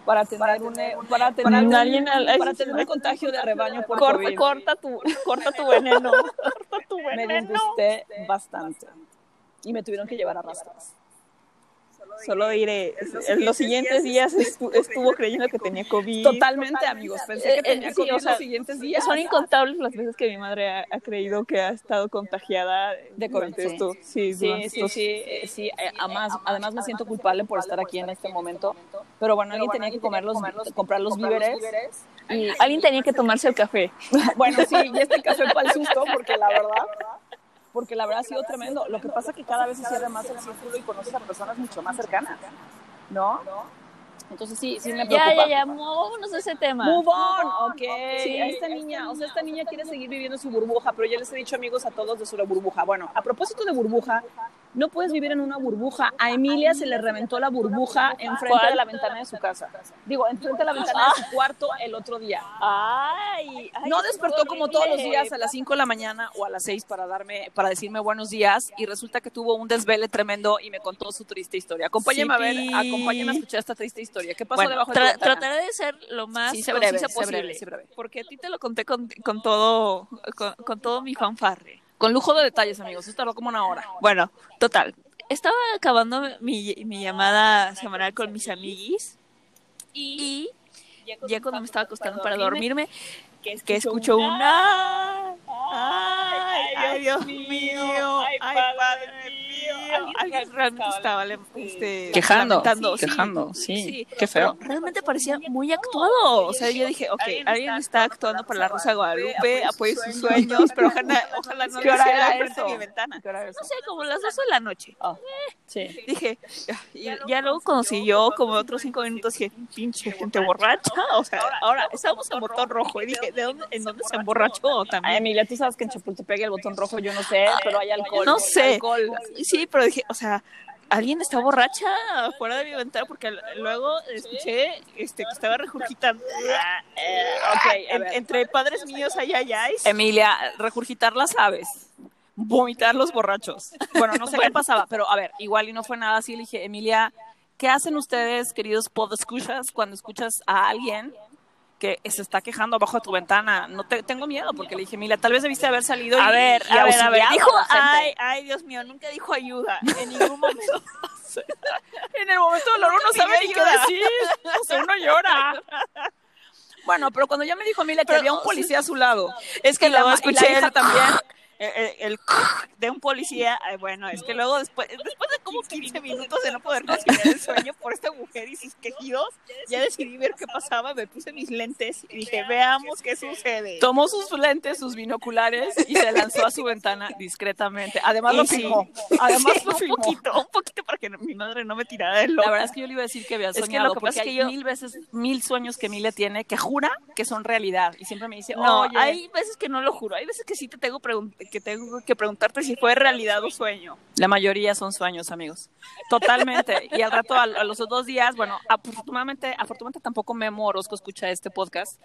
B: para tener un para tener un-
D: alguien al-
B: para tener un contagio de rebaño por
D: cor-
B: COVID.
D: corta tu corta tu veneno. corta tu
B: Me
D: veneno.
B: disgusté bastante y me tuvieron que llevar a rastras.
D: Solo diré, en los siguientes días estu- estuvo creyendo que tenía COVID.
B: Totalmente, amigos. Pensé
D: Eh,
B: que
D: eh,
B: tenía
D: sí,
B: COVID
D: o sea,
B: los siguientes días.
D: Son incontables las veces que mi madre ha, ha creído que ha estado contagiada de
B: COVID, sí.
D: esto. Sí,
B: Sí,
D: durante
B: sí,
D: estos-
B: sí, eh, sí. eh, Además, además me siento culpable por estar aquí en este momento. Pero bueno, alguien tenía que comer los, comprar los víveres.
D: Y alguien tenía que tomarse el café.
B: Bueno, sí, y este café para el susto, porque la verdad, porque la verdad ha sido tremendo. Lo que pasa es que cada vez se cierra más el círculo y conoces a personas mucho más cercanas, ¿no? Entonces sí, sí me preocupa.
D: Ya, ya, ya, movámonos de ese tema.
B: Move on, ok.
D: Sí.
B: A esta niña, o sea, esta niña quiere seguir viviendo su burbuja, pero ya les he dicho amigos a todos de su burbuja. Bueno, a propósito de burbuja, no puedes vivir en una burbuja. A Emilia se le reventó la burbuja enfrente
D: ¿Cuál?
B: de la ventana de su casa. Ah. Digo, enfrente de la ventana de su cuarto el otro día.
D: Ay, ay,
B: No
D: es
B: despertó como todos los
D: horrible.
B: días a las 5 de la mañana o a las 6 para darme para decirme buenos días y resulta que tuvo un desvele tremendo y me contó su triste historia. Acompáñeme a ver,
D: Sí.
B: acompáñeme a escuchar esta triste historia. ¿Qué pasó
D: Bueno,
B: debajo de
D: tra-
B: la ventana?
D: trataré de ser lo más
B: Sí, sé breve,
D: concisa
B: sé
D: posible.
B: breve, sé breve.
D: Porque a ti te lo conté con, con todo, con, con todo mi fanfarre.
B: Con lujo de detalles, amigos. Esto tardó como una hora.
D: Bueno, total. Estaba acabando mi, mi llamada semanal con mis amiguis y ya cuando me estaba acostando para dormirme, que escucho una... ¡Ay, ay, Dios mío! ¡Ay, Padre mío! Alguien realmente estaba lem- este,
B: Quejando,
D: lamentando,
B: quejando, sí,
D: qué feo. realmente parecía muy actuado. O sea, yo dije, ok, alguien está actuando para la Rosa de Guadalupe, apoye sus sueños, pero ojalá, ojalá no
B: ¿Qué
D: lo
B: hora era
D: hiciera frente a
B: eso?
D: mi ventana.
B: ¿Qué hora era eso?
D: No sé, como las dos de la noche
B: Sí.
D: dije, "Ah", y ya luego consiguió como otros cinco minutos dije, pinche gente borracha, o sea, ahora estábamos en botón rojo y dije, ¿de dónde, en dónde se emborrachó
B: Ay,
D: también?
B: Emilia, tú sabes que en Chapultepec el botón rojo yo no sé, pero hay alcohol.
D: No sé,
B: Alcohol.
D: sí, pero dije, o sea, alguien está borracha fuera de mi ventana porque l- luego escuché este, que estaba regurgitando
B: Ok, a
D: en-
B: ver.
D: entre padres míos, ay, ay, ay.
B: Emilia, regurgitar las aves, vomitar los borrachos. Bueno, no sé qué pasaba, pero a ver, igual y no fue nada así. Le dije, Emilia, ¿qué hacen ustedes, queridos podescuchas, cuando escuchas a alguien que se está quejando abajo de tu ventana? No te, tengo miedo, porque le dije, Emilia, tal vez debiste haber salido.
D: A
B: y-
D: ver,
B: y
D: a ver, a ver.
B: auxiliado
D: Dijo,
B: a la gente.
D: ay, ay, Dios mío, nunca dijo ayuda en ningún momento.
B: En el momento del dolor uno
D: pidió
B: sabe ni qué
D: ayuda.
B: decir. O sea, uno llora. Bueno, pero cuando ya me dijo Emilia que
D: Pero,
B: había un
D: o
B: policía a su lado.
D: Es que
B: Y la
D: luego
B: ma- y la
D: escuché
B: hija
D: el
B: también.
D: el, el- el de un policía. ay, bueno, es que luego después, después de como 15 minutos de no poder conciliar el sueño por esta mujer y sus quejidos, ya decidí ver qué pasaba, me puse mis lentes y dije, veamos qué sucede.
B: Tomó sus lentes, sus binoculares y se lanzó a su ventana discretamente. Ah, Además
D: Y
B: lo
D: sí.
B: filmó. Además
D: Sí,
B: lo
D: un
B: filmó.
D: poquito, un poquito para que no- mi madre no me tirara del
B: La
D: loco.
B: verdad es que yo le iba a decir que había
D: que lo
B: soñado,
D: que
B: porque
D: pasa es que
B: hay
D: yo-
B: mil veces, mil sueños que Emilia tiene que jura que son realidad. Y siempre me dice,
D: No,
B: oye,
D: hay veces que no lo juro, hay veces que sí te tengo, pregun- que tengo que preguntarte si fue realidad o sueño.
B: La mayoría son sueños, amigos. Totalmente. Y al rato, a, a los dos días, bueno, afortunadamente, afortunadamente tampoco Memo Orozco escucha este podcast,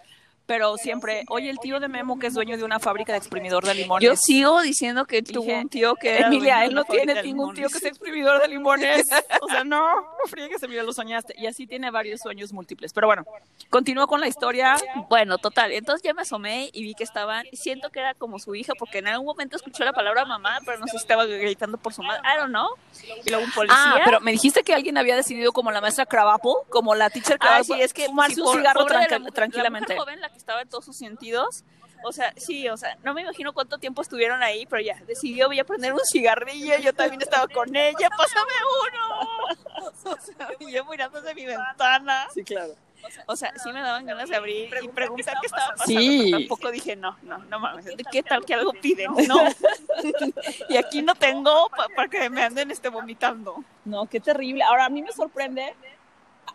B: pero siempre, oye, el tío de Memo que es dueño de una fábrica de exprimidor de limones.
D: Yo sigo diciendo que
B: Dije,
D: tuvo un tío que era
B: Emilia,
D: dueño de
B: él
D: una
B: no tiene
D: fábrica de
B: ningún tío
D: limones.
B: que sea exprimidor de limones. O sea, no, no friegues, Emilia, lo soñaste. Y así tiene varios sueños múltiples. Pero bueno, continúo con la historia.
D: Bueno, total, entonces ya me asomé y vi que estaban, siento que era como su hija, porque en algún momento escuchó la palabra mamá, pero no sé si estaba gritando por su madre, I don't know, y luego un policía.
B: Ah, pero me dijiste que alguien había decidido como la maestra Cravapo, como la teacher
D: Ah,
B: Cravapo,
D: sí, es que
B: fumarse
D: sí,
B: un
D: por-
B: cigarro
D: pobre de la
B: tranqui-
D: mujer-
B: tranquilamente.
D: La mujer joven, la que estaba en todos sus sentidos, o sea, sí, o sea, no me imagino cuánto tiempo estuvieron ahí, pero ya, decidió, voy a prender un cigarrillo, yo también estaba con ella, pásame uno. O sea, y yo mirando desde mi ventana.
B: Sí, claro.
D: O sea, sí me daban ganas de abrir y preguntar qué estaba pasando.
B: Sí.
D: pero Tampoco dije, no, no, no mames. ¿de ¿Qué tal que algo piden? No. y aquí no tengo pa- para que me anden este vomitando.
B: No, qué terrible. Ahora, a mí me sorprende.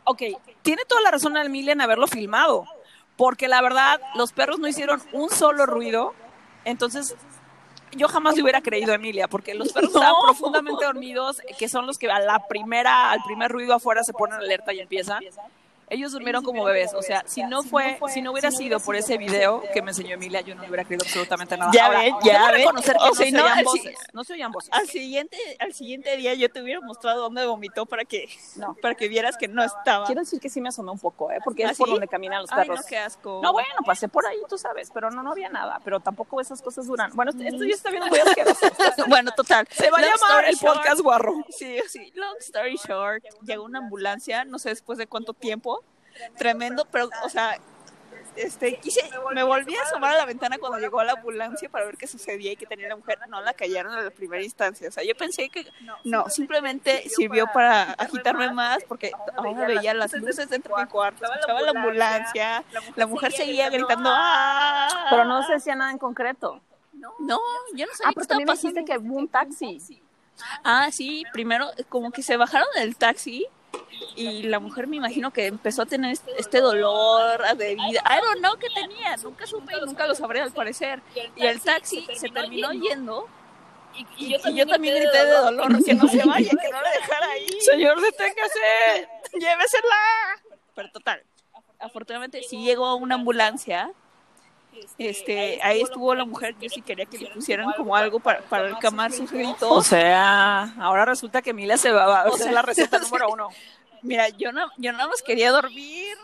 B: Ok, tiene toda la razón Emilia en haberlo filmado, porque la verdad, los perros no hicieron un solo ruido, entonces yo jamás le hubiera creído a Emilia, porque los perros
D: No.
B: estaban profundamente dormidos, que son los que a la primera, al primer ruido afuera se ponen alerta y empiezan. Ellos durmieron como bebés, o sea, si no fue, si no hubiera sido por ese video que me enseñó Emilia, yo no le hubiera creído absolutamente nada.
D: Ya
B: Ahora,
D: ven,
B: debo
D: ya ven.
B: reconocer que
D: O
B: no
D: sea,
B: se
D: no,
B: oían
D: al si-
B: voces, Ah, no se oían voces.
D: Al siguiente, al siguiente día yo te hubiera mostrado dónde vomitó para que,
B: No.
D: para que vieras que no estaba.
B: Quiero decir que sí me asomé un poco, ¿eh? porque
D: ¿Ah,
B: es por
D: sí?
B: donde caminan los
D: Ay,
B: perros.
D: no, qué asco.
B: No, bueno, pasé por ahí, tú sabes, pero no, no había nada, pero tampoco esas cosas duran. Bueno, esto, esto ya está viendo muy asqueroso.
D: Bueno, total.
B: Se va a
D: Long
B: llamar
D: story
B: el
D: short.
B: podcast guarro.
D: Sí, sí. Long story short, llegó una ambulancia, no sé después de cuánto tiempo. Tremendo, pero, o sea, este, quise, me volví a asomar a la ventana cuando llegó la ambulancia para ver qué sucedía y qué tenía la mujer. No la callaron en la primera instancia. O sea, yo pensé que no, simplemente sirvió para agitarme más porque ahora veía las luces dentro de mi cuarto, escuchaba la ambulancia, la mujer seguía gritando, ¡ah!
B: Pero no se decía nada en concreto.
D: No, yo no sabía
B: Ah,
D: qué
B: pero
D: estaba
B: también me
D: pasando.
B: dijiste que hubo un taxi.
D: Ah, sí, primero como que se bajaron del taxi y la mujer me imagino que empezó a tener este- este dolor de vida. I don't know qué tenía, nunca supe y nunca lo sabré al parecer. Y el taxi se terminó yendo y y yo también grité de dolor que no se vaya, que no la dejara ahí.
B: Señor, deténgase.
D: ¡Llévesela! Pero total, afortunadamente sí llegó una ambulancia. Este, ahí estuvo la mujer que sí quería que le pusieran como algo para, para calmar sus
B: O
D: gritos.
B: sea, ahora resulta que Mila se va, va a
D: O
B: ser
D: sea,
B: la receta número uno.
D: Mira, yo, no, yo nada más quería dormir.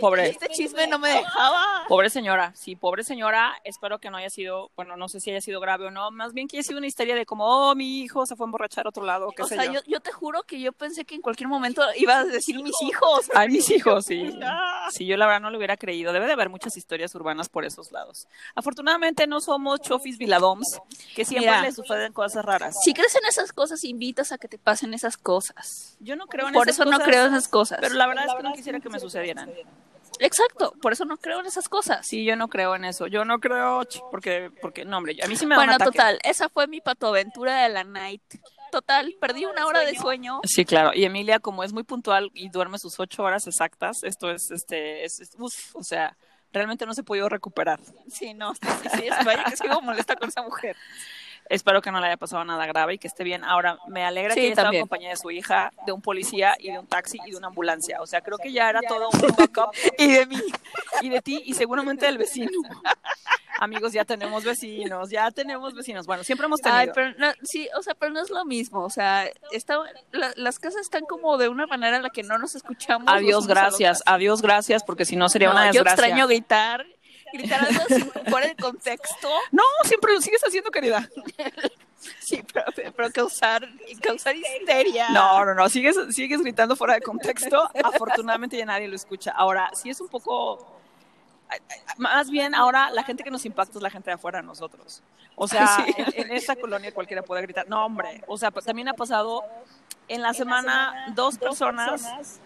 B: Pobre.
D: Este chisme no me dejaba.
B: Pobre señora, sí, pobre señora, espero que no haya sido, bueno, no sé si haya sido grave o no, más bien que haya sido una histeria de como, oh, mi hijo se fue a emborrachar a otro lado, qué
D: O
B: sé
D: sea,
B: yo.
D: yo, yo te juro que yo pensé que en cualquier momento iba a decir mis hijos.
B: Ay, mis hijos, sí.
D: Ah.
B: Si yo la verdad no lo hubiera creído, debe de haber muchas historias urbanas por esos lados. Afortunadamente no somos chofis viladoms, que siempre
D: Mira.
B: les suceden cosas raras.
D: Si crees en esas cosas, invitas a que te pasen esas cosas.
B: Yo no creo en
D: Por
B: esas
D: eso no
B: cosas,
D: creo en esas cosas.
B: Pero la verdad es que no quisiera que me sucedieran.
D: Exacto, por eso no creo en esas cosas.
B: Sí, yo no creo en eso. Yo no creo, ch- porque, porque, no, hombre, a mí sí me da
D: Bueno,
B: un ataque.
D: total, esa fue mi patoaventura de la night. Total, perdí una hora de sueño.
B: Sí, claro. Y Emilia, como es muy puntual y duerme sus ocho horas exactas, esto es, este, es, es- uf, o sea, realmente no se pudo recuperar.
D: Sí, no, sí, sí, sí, es- vaya que sigo molesta con esa mujer.
B: Espero que no le haya pasado nada grave y que esté bien. Ahora, me alegra
D: Sí,
B: que haya estado
D: también.
B: en compañía de su hija, de un policía y de un taxi y de una ambulancia. O sea, creo que ya era todo un backup
D: Y de mí.
B: y de ti y seguramente del vecino. Amigos, ya tenemos vecinos, ya tenemos vecinos. Bueno, siempre hemos tenido.
D: Ay, pero no, sí, o sea, pero no es lo mismo, o sea, está, la- las casas están como de una manera en la que no nos escuchamos. los
B: Adiós,
D: unos a los
B: gracias. Adiós, gracias, porque si no sería
D: No,
B: una
D: yo
B: desgracia.
D: extraño gritar, gritar algo sin- fuera del contexto,
B: No, siempre lo sigues haciendo, querida.
D: sí, pero, pero causar, causar histeria.
B: No, no, no, sigues, sigues gritando fuera de contexto. Afortunadamente ya nadie lo escucha. Ahora, sí es un poco... ay, ay, Más bien, ahora la gente que nos impacta es la gente de afuera de nosotros. O sea,
D: Sí.
B: en, en esta colonia cualquiera puede gritar. No, hombre. O sea, pues, también ha pasado en la semana dos personas,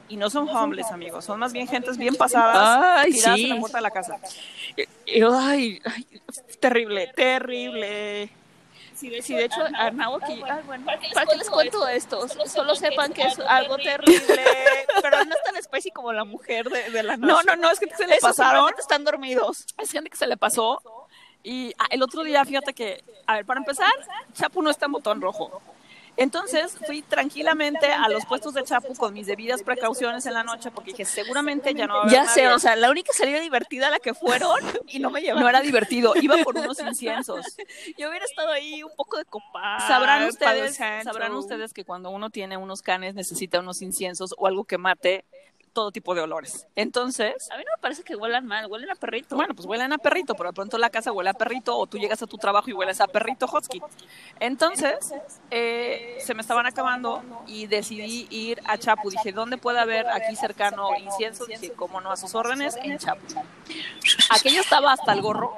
B: y no son homeless, amigos. Son más bien gentes bien pasadas.
D: Ay,
B: tiradas en
D: sí.
B: la puerta de la casa.
D: Y- Ay, ay, terrible, terrible. Sí, de hecho, a Nabo que- ay, bueno, ¿para qué les cuento esto? Solo, sepan que es algo terrible. Pero no es tan spicy como la mujer de, de la noche.
B: No, no, no, es que se le
D: Esos
B: pasaron.
D: simplemente están dormidos.
B: Es gente que se le pasó. Y ah, el otro día, fíjate que, a ver, para empezar, Chapu no está en botón rojo. Entonces fui tranquilamente a los puestos de Chapu con mis debidas precauciones en la noche porque dije, seguramente ya no va a haber
D: Ya sé,
B: nadie.
D: o sea, la única salida divertida a la que fueron y no me llevaron.
B: No era divertido, iba por unos inciensos.
D: Yo hubiera estado ahí un poco de copa.
B: Sabrán ustedes, sabrán ustedes que cuando uno tiene unos canes necesita unos inciensos o algo que mate todo tipo de olores. Entonces,
D: A mí no me parece que huelan mal, huelen a perrito.
B: Bueno, pues huelen a perrito, pero de pronto la casa huele a perrito o tú llegas a tu trabajo y hueles a perrito husky. Entonces, eh, se me estaban acabando y decidí ir a Chapu. Dije, ¿dónde puede haber aquí cercano incienso? Dije, ¿cómo no? A sus órdenes, en Chapu. Aquello estaba hasta el gorro.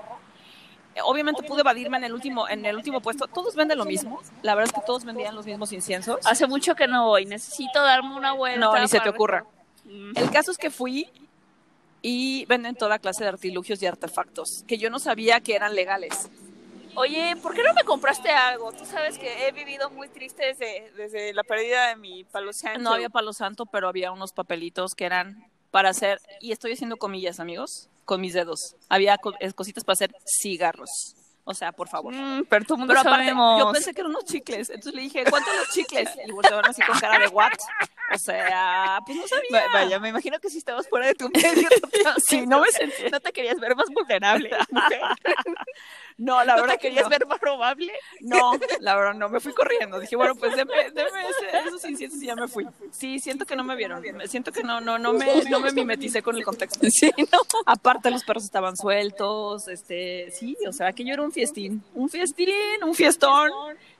B: Eh, Obviamente pude evadirme en el último en el último puesto. Todos venden lo mismo. La verdad es que todos vendían los mismos inciensos.
D: Hace mucho que no voy, necesito darme una vuelta.
B: No, ni se te
D: para-
B: ocurra.
D: Mm.
B: El caso es que fui y venden toda clase de artilugios y artefactos que yo no sabía que eran legales.
D: Oye, ¿por qué no me compraste algo? Tú sabes que he vivido muy triste desde, desde la pérdida de mi palo santo.
B: No había palo santo, pero había unos papelitos que eran para hacer, y estoy haciendo comillas, amigos, con mis dedos. Había co- eh, cositas para hacer cigarros. O sea, por favor.
D: Mm, pero todo el mundo
B: Pero aparte,
D: sabemos.
B: yo pensé que eran unos chicles. Entonces le dije, ¿cuántos los chicles? Y voltearon así con cara de, ¿what? O sea, pues no sabía.
D: Va- Vaya, me imagino que si estabas fuera de tu medio,
B: Sí, no me sentí.
D: no te querías ver más vulnerable. mujer.
B: No, la
D: No
B: verdad
D: te
B: que
D: querías
B: no.
D: ver más probable.
B: No, la verdad no, me fui corriendo. Dije, bueno, pues deme, deme ese- esos inciensos y ya me fui. Sí, siento que no me vieron. Me- Siento que no, no, no me, no me mimeticé con el contexto.
D: Sí, no.
B: Aparte, los perros estaban sueltos, este, sí, o sea, que yo era un fiestín, un fiestín, un fiestón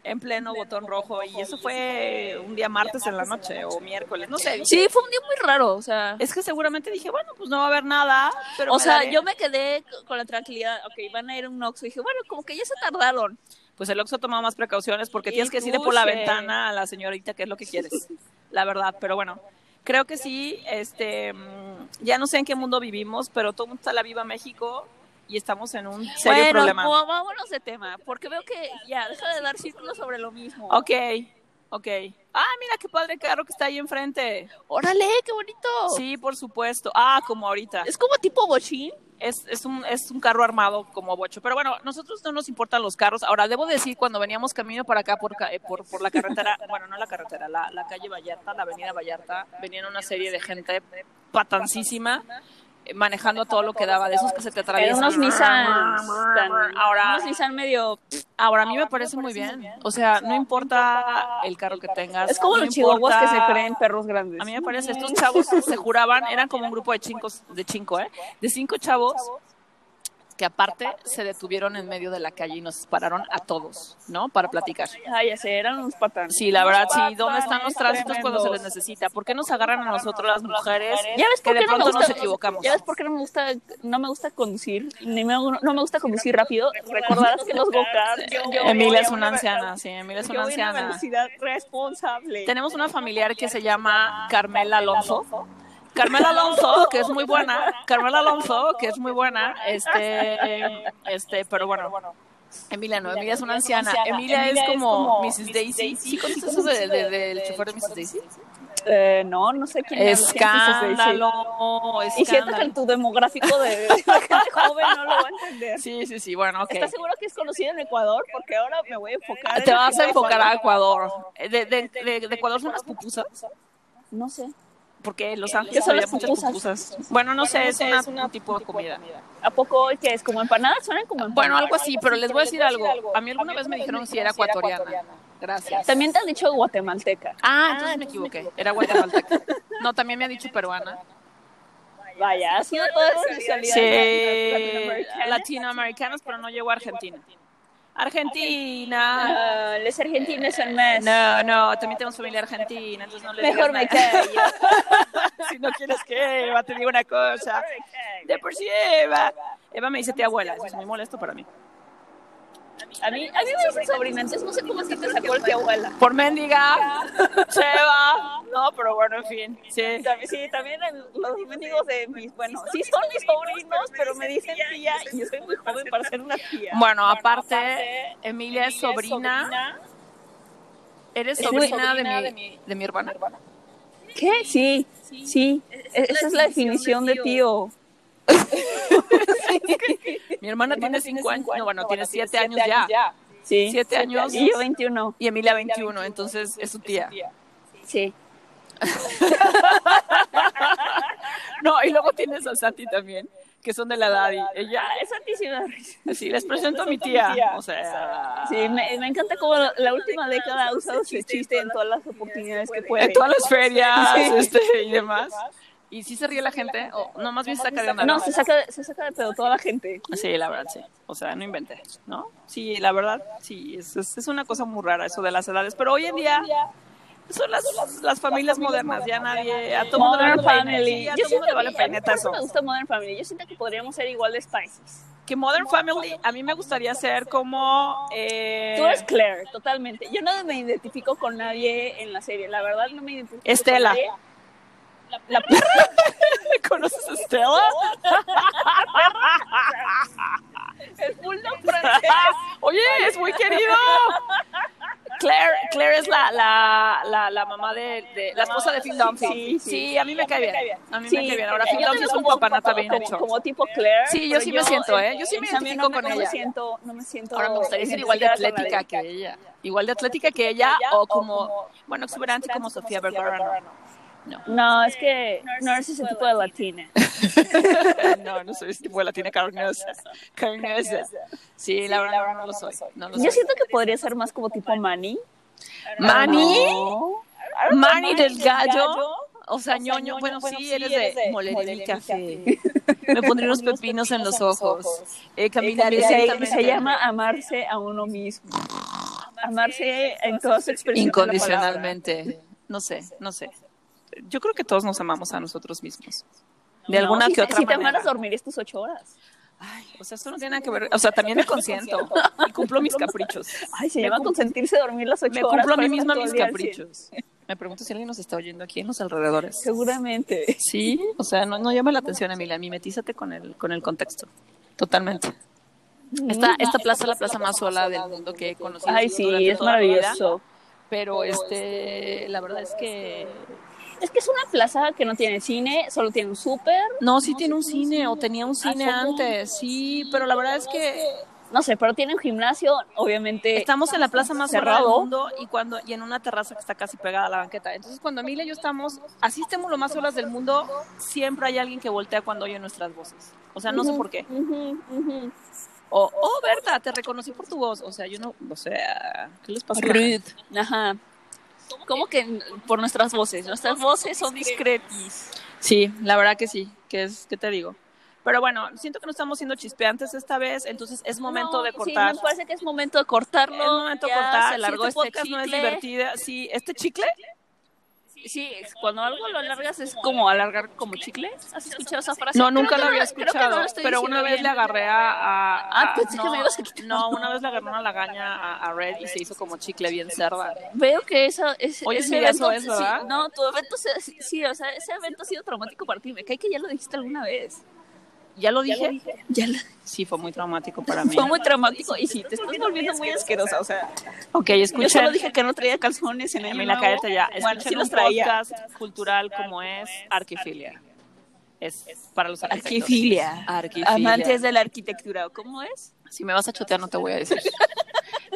B: en pleno botón rojo y eso fue un día martes en la noche o miércoles, no sé.
D: Sí, fue un día muy raro, o sea.
B: Es que seguramente dije, bueno, pues no va a haber nada, pero
D: o
B: me
D: sea,
B: daré.
D: yo me quedé co- con la tranquilidad, ok, van a ir a un Oxxo. Dije, bueno, como que ya se tardaron.
B: pues el Oxxo toma más precauciones porque
D: Y
B: tienes que decirle por la
D: cruce.
B: ventana a la señorita qué es lo que quieres, la verdad, pero bueno, creo que sí, este, mm, ya no sé en qué mundo vivimos, pero todo el mundo está la viva México y estamos en un serio
D: bueno,
B: problema.
A: pues.
D: mo- vámonos de tema, porque veo que ya, deja de dar círculos sobre lo mismo.
B: Ok, ok. Ah, mira qué padre carro que está ahí enfrente.
D: Órale, qué bonito.
A: Oh.
B: Sí, por supuesto. Ah, como ahorita.
D: Es como tipo bochín.
B: Es, es, un, es un carro armado como bocho. Pero bueno, nosotros no nos importan los carros. Ahora, debo decir, cuando veníamos camino para acá por, ca- eh, por, por la carretera, bueno, no la carretera, la, la calle Vallarta, la avenida Vallarta, venían una serie de gente patancísima eh, manejando a todo lo que daba, de esos que se te
D: Eran
B: atraviesan.
D: unos Nissan.
B: Ahora,
D: Unos Nissan medio.
B: Ahora a mí me parece muy bien. O sea, no importa el carro que tengas.
D: Es como
B: no
D: los chihuahuas que se
B: importa-
D: creen perros grandes.
B: A mí me parece, estos chavos se juraban, eran como un grupo de cinco, de cinco, ¿eh? De cinco chavos que aparte se detuvieron en medio de la calle y nos pararon a todos, ¿no? Para platicar.
D: Ah, ya sé, eran unos patanes.
B: Sí, la verdad, sí, ¿dónde están los tránsitos cuando se les necesita? ¿Por qué nos agarran a nosotros las mujeres
D: Ya ves
B: que
D: por
B: de
D: qué no me
B: pronto
D: gusta,
B: nos equivocamos?
D: Ya ves por qué no me gusta, no me gusta conducir, ni me, no me gusta conducir rápido. Recordarás que los go
B: Emilia es una anciana, sí, Emilia es una anciana.
A: responsable.
B: Tenemos una familiar que se llama Carmela Alonso. Carmela Alonso, que es muy buena. Carmela Alonso, que es muy buena. Este, este, pero bueno. Emilia no, Emilia es una anciana. Emilia es como Mrs. Daisy. ¿Sí conoces eso de- de- del chofer de Mrs. Daisy?
D: Eh, no, no sé quién es.
B: Escándalo,
D: Y siento que
B: escándalo.
D: en tu demográfico de, de la gente joven no lo va a entender.
B: Sí, sí, sí, bueno, ok.
D: ¿Estás seguro que es conocida en Ecuador? Porque ahora me voy a enfocar. en
B: Te
D: el
B: vas a
D: Ecuador.
B: enfocar a Ecuador. Eh, ¿De, de, de- de Ecuador son las pupusas?
D: No sé.
B: Porque en Los Ángeles
D: ¿Qué son
B: había
D: las
B: muchas
D: pupusas?
B: pupusas. Bueno, no sé, es una- un tipo de comida.
D: ¿A poco que es como empanadas? Suenan como empanadas.
B: Bueno, algo así, pero les voy a decir algo. A mí alguna vez me dijeron si era ecuatoriana. Gracias.
D: También te han dicho guatemalteca.
B: Ah, entonces me equivoqué. Era guatemalteca. No, también me ha dicho peruana.
D: Vaya, ha sido toda esa nacionalidad.
B: Sí, latinoamericanas, pero no llegó a Argentina. Argentina.
D: Ah, los argentinos son más.
B: No, no, también tenemos familia argentina, entonces no le
D: Mejor me
B: digas
D: callo.
B: nada. Si no quieres que Eva te diga una cosa. De por sí, Eva. Eva me dice tía abuela, eso es muy molesto para mí.
D: A mí, a mí me dicen sobrina, entonces no sé cómo se te sacó el tía abuela.
B: Por mendiga, Cheva. No, pero bueno, en fin. Sí.
D: También- Sí, también el- los mendigos de mis, bueno, sí son mis sobrinos, pero me dicen tía y yo soy muy joven para ser una tía.
B: Bueno, aparte, Emilia es sobrina. ¿Eres
D: es
B: sobrina de
D: sobrina de
B: mi, de mi hermana?
D: ¿Qué? Sí, sí. Esa es la definición de tío.
B: Mi hermana tiene 5 años. No, bueno, tiene 7 años ya.
D: Sí.
B: 7 años.
D: Y yo 21.
B: Y Emilia 21, entonces es su tía.
D: Sí.
B: No, y luego tienes a Santi también, que son de la edad. Y ella,
D: Ah, es santísima risa.
B: sí, les presento a mi tía. O sea,
D: Sí, me, me encanta cómo la, la última década ha usado ese chiste en todas las oportunidades que puede.
B: en todas las ferias este, y demás. Y sí se ríe la gente. o no, más bien se saca de onda.
D: No, se saca, se saca de pedo toda la gente.
B: Sí, la verdad, sí. O sea, no inventé, ¿no? Sí, la verdad, sí, es, es, es una cosa muy rara eso de las edades, pero hoy en día son las, las, las familias modernas, ya nadie, a todo mundo le
D: Modern
B: vale peine,
D: Family.
B: sí, a todo
D: Yo
B: mundo
D: siento
B: le vale
D: que- a mí por eso
B: peinetazo.
D: me gusta Modern Family. Yo siento que podríamos ser igual de spices.
B: Que Modern Family, a mí me gustaría ser como... eh,
D: Tú eres Claire, totalmente. Yo no me identifico con nadie en la serie. La verdad, no me identifico
B: Estela.
D: con nadie.
B: ¿Conoces a Stella?
D: El bulldog francés.
B: Oye, es muy querido. Claire, Claire es la, la, la, la mamá de, de- la esposa de Phil Dunphy. Sí, a mí me cae bien. A mí me cae bien. Ahora Phil
D: yo
B: Dunphy es
D: también
B: un
D: como-
B: papanata bien
D: como-
B: hecho.
D: Como tipo Claire.
B: Sí, yo
D: pero
B: sí me siento, ¿eh?
D: en-
B: Yo sí me
D: en cambio,
B: identifico
D: no
B: con
D: no
B: ella.
D: Me siento, no me siento.
B: Ahora me gustaría ser igual de
D: identificada
B: atlética
D: con
B: que ella. Igual de atlética que ella o como, bueno, exuberante como Sofía Vergara.
A: No, no es que no eres ese tipo de latina.
B: No, este no soy ese tipo de latina carnosa. Carnosa. Sí, la verdad no lo soy. No lo
A: Yo
B: soy.
A: siento que podría ser más como tipo Manny.
B: Mani,
D: No.
B: Mani del gallo. O sea, ñoño, bueno, sí, eres de moler mi café. Me pondré unos pepinos en los ojos. Eh, Camila,
A: Se,
B: lentamente.
A: se llama amarse a uno mismo. Amarse en toda su expresión. de la palabra.
B: incondicionalmente. No sé, no sé. Yo creo que todos nos amamos a nosotros mismos. De alguna
A: No,
B: que
A: si,
B: otra
A: si te
B: manera.
A: amaras, dormirías tus ocho horas.
B: Ay, o sea, eso no tiene nada que ver. O sea, también me consiento y cumplo mis caprichos.
A: Ay, se
B: Me
A: llama
B: cum-
A: consentirse dormir las ocho
B: Me
A: horas.
B: cumplo a
A: por
B: mí
A: eso
B: misma
A: todo
B: mis
A: el día al cien.
B: caprichos. Me pregunto si alguien nos está oyendo aquí en los alrededores.
A: Seguramente.
B: Sí, o sea, no, no llama la atención, Emilia. Mimetízate con el, con el contexto. Totalmente. Esta, esta plaza es la plaza más sola del mundo que he conocido.
A: Ay, sí,
B: durante
A: es
B: toda mi vida,
A: maravilloso.
B: Pero este, la verdad es que.
A: Es que es una plaza que no tiene cine, solo tiene un súper.
B: No, sí tiene un cine, o tenía un cine antes. Sí, pero la verdad es que
A: No sé, pero tiene un gimnasio, obviamente.
B: Estamos en la plaza más cerrada del
A: Eh, cerrado.
B: mundo y cuando y en una terraza que está casi pegada a la banqueta. Entonces, cuando Emilia y yo estamos, así estemos lo más solas del mundo, siempre hay alguien que voltea cuando oye nuestras voces. O sea, no sé por qué.
A: Ujú, ujú.
B: O, oh, Berta, te reconocí por tu voz. O sea, yo no, o sea, ¿qué les pasa? a la gente?
A: Ajá. ¿Cómo que n- por nuestras voces? Nuestras voces son discretis.
B: Sí, la verdad que sí, que es, ¿qué te digo? Pero bueno, siento que no estamos siendo chispeantes esta vez, entonces es momento
A: No,
B: de cortar.
A: Sí, me parece que es momento de
B: es
A: cortarlo.
B: momento de
A: ya,
B: cortar,
A: si
B: se largó
A: este
B: este,
A: podcast
B: chicle.
A: no es
B: divertida. Sí, ¿este chicle?
A: Sí, es- cuando algo lo alargas es como alargar como chicle. ¿Has escuchado esa frase?
B: No,
A: Creo
B: nunca
A: que
B: lo
A: no
B: había
A: creo que no
B: escuchado,
A: lo estoy
B: pero
A: diciendo
B: una vez
A: bien.
B: le agarré a... a-
A: Ah,
B: a-
A: pensé que me ibas a quitar.
B: No, una vez le agarré una lagaña a, a Red y se hizo como chicle bien cerda.
A: Veo que esa es,
B: Oye,
A: ese
B: sí, eso
A: evento,
B: es,
A: sí,
B: ¿verdad?
A: no, tu evento, se- sí, o sea, ese evento ha sido traumático para ti. Me cae que ya lo dijiste alguna vez.
B: ¿Ya lo dije?
A: Ya lo-
B: Sí, fue muy traumático para mí.
A: fue muy traumático y sí, te estás volviendo muy asquerosa. O sea,
B: Ok,
A: yo solo
B: escuchen.
A: dije que no traía calzones en año
B: Emila,
A: nuevo.
B: cállate ya.
A: Bueno, sí
B: Escuchen un
A: los traía.
B: podcast cultural como es Arquifilia. Es para los arquitectos.
A: Arquifilia.
B: Arquifilia.
A: Amantes de la arquitectura, ¿o ¿cómo es?
B: Si me vas a chotear, no te voy a decir.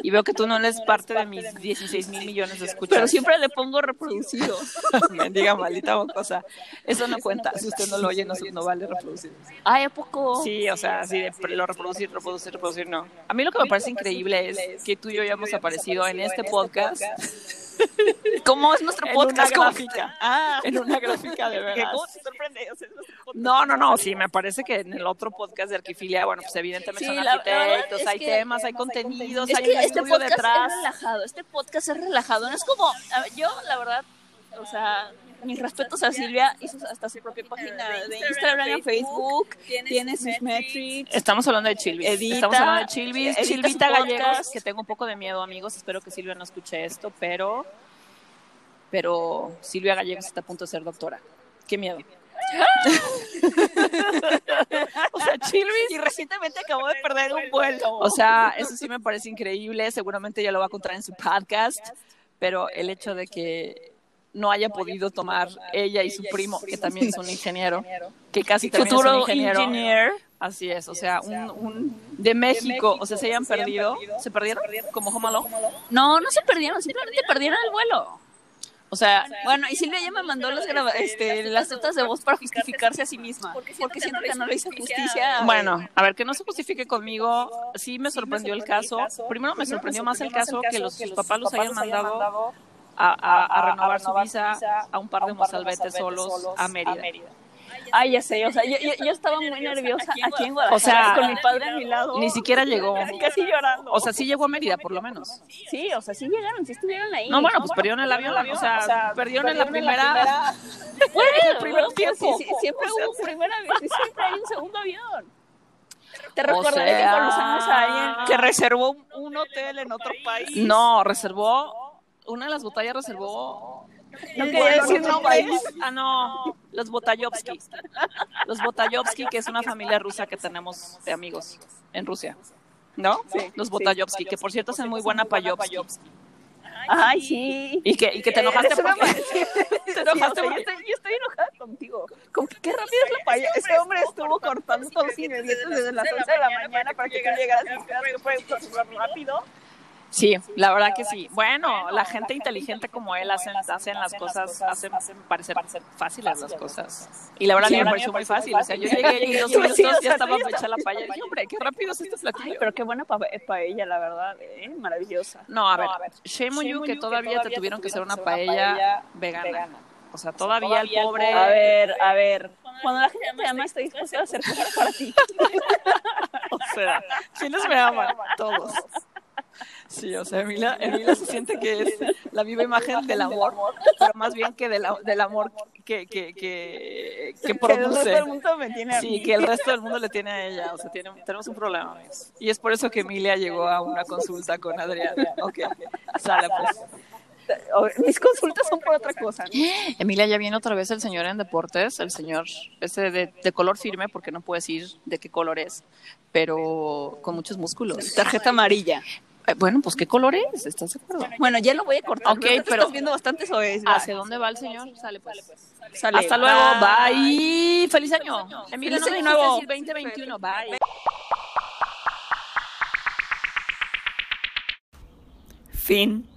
B: Y veo que tú no eres parte de mis 16 mil millones de escuchas.
A: Pero siempre le pongo reproducido.
B: Mendiga maldita cosa. Eso no cuenta. Si usted no lo oye, no, no vale reproducir.
A: Ay, ¿a poco?
B: Sí, o sea, así de pre- lo reproducir, reproducir, reproducir, no. A mí lo que me parece increíble es que tú y yo hayamos aparecido en este podcast,
A: ¿Cómo es nuestro podcast?
B: en una
A: ¿Cómo?
B: gráfica.
A: Ah,
B: En una gráfica de
A: que
B: verdad.
A: ¿cómo te sorprende? O sea, es nuestro podcast.
B: No, no, no, sí, me parece que en el otro podcast de Arquifilia, bueno, pues evidentemente
A: Sí,
B: son
A: la- la verdad
B: arquitectos,
A: es
B: hay
A: que-
B: temas, hay contenidos,
A: Es
B: hay
A: que
B: un
A: este
B: estudio
A: podcast
B: detrás.
A: es relajado, este podcast es relajado, no es como, a ver, yo la verdad, o sea, mis respetos a Silvia, hizo hasta su propia página de Instagram, en Facebook, tiene sus metrics,
B: Estamos hablando de Chilvis.
A: Edita,
B: Estamos hablando de Chilvis.
A: edita
B: Chilvita
A: su podcast.
B: Gallegos, que tengo un poco de miedo, amigos. Espero que Silvia no escuche esto, pero. Pero Silvia Gallegos está a punto de ser doctora. Qué miedo. o sea, Chilvis.
A: y recientemente acabó de perder un vuelo.
B: O sea, eso sí me parece increíble. Seguramente ya lo va a contar en su podcast. Pero el hecho de que no haya podido tomar ella y su primo, que también es un ingeniero, que casi también es un
A: futuro
B: ingeniero.
A: engineer.
B: Así es, o sea, un, un de México, o sea, se hayan perdido, se perdieron como Homalo.
A: No, no se perdieron, simplemente perdieron el vuelo.
B: O sea,
A: Bueno, y Silvia ya me mandó las, graba- este, las notas de voz para justificarse a sí misma, porque siento que no le hizo justicia.
B: bueno, a ver, que no se justifique conmigo, sí me sorprendió el caso. Primero me sorprendió más el caso que los sus papás los hayan mandado a, a- a renovar su visa a un par de mozalbetes solos a Mérida.
A: Ay, ya sé, o sea, yo, yo- yo estaba muy nerviosa aquí en Guadalajara,
B: O sea,
A: con mi padre a mi lado,
B: Ni siquiera llegó.
A: casi llorando.
B: O sea, sí llegó a Mérida, por lo menos.
A: sí, o sea, sí llegaron, sí estuvieron ahí.
B: No, bueno, pues perdieron el avión, o sea, perdieron en la primera...
A: Bueno,
B: el primer
A: o sea,
B: tiempo.
A: sí, sí, siempre hubo un primer avión, siempre hay un segundo avión. Te
B: O
A: recordaré
B: sea-
A: que conocemos a alguien que reservó un- un hotel en otro país.
B: No, reservó, una de las botellas reservó
A: No
B: Voy
A: quería
B: a decir
A: decir
B: nombres.
A: nombre.
B: Ah, no. Los Botayovsky. Los Botayovsky, que es una familia rusa que tenemos de amigos en Rusia. ¿No? Los Botayovsky, que por cierto hacen muy buena payovsky.
A: Ay, sí.
B: Y que, y que te enojaste
A: Eres una
B: porque...
A: Te enojaste porque- yo, estoy, yo estoy enojada contigo. Como que qué rápido es la paya.
D: Este
A: Ese hombre estuvo cortando todos los ingredientes desde las 11 de la mañana para que tú llegaras y dijeras que fue súper rápido.
B: Sí, la verdad que sí. Bueno, la gente inteligente como él hacen, hacen las cosas, hacen, parecer fáciles las cosas. Y la verdad me pareció muy fácil. O sea, yo llegué y en dos minutos ya estaba para echar la paella. Y hombre, qué rápido es este platillo.
D: Pero qué buena paella, la verdad, eh, maravillosa.
B: No, a ver, shame on you que todavía te tuvieron que hacer una paella vegana. O sea, todavía, o sea, todavía el pobre.
D: A ver, a ver. Cuando la gente me ama, estoy dispuesta a hacer cosas para ti.
B: o sea, ¿quiénes me aman? Todos. Sí, o sea, Emila, Emila se siente que es la viva imagen del amor, pero más bien que del, del amor que, que, que, que produce. Sí, que el resto del mundo le tiene a ella. O sea, tiene, tenemos un problema. Y es por eso que Emilia llegó a una consulta con Adriana. Ok, sale pues.
D: Mis consultas son pues, por otra cosa. ¿no?
B: Emilia, ya viene otra vez el señor en deportes, el señor ese de, de, color firme, porque no puedo decir de qué color es, pero con muchos músculos.
D: Tarjeta amarilla.
B: Eh, bueno, pues qué color es, ¿estás de acuerdo?
D: Bueno, ya lo voy a cortar.
B: Ok, pero.
D: Te estás viendo bastantes o es?
B: ¿Hacia dónde va el señor? Sale, pues. Sale. Hasta luego, bye. bye. Feliz año. Emilia, no de nuevo. 2021, bye.
E: Fin.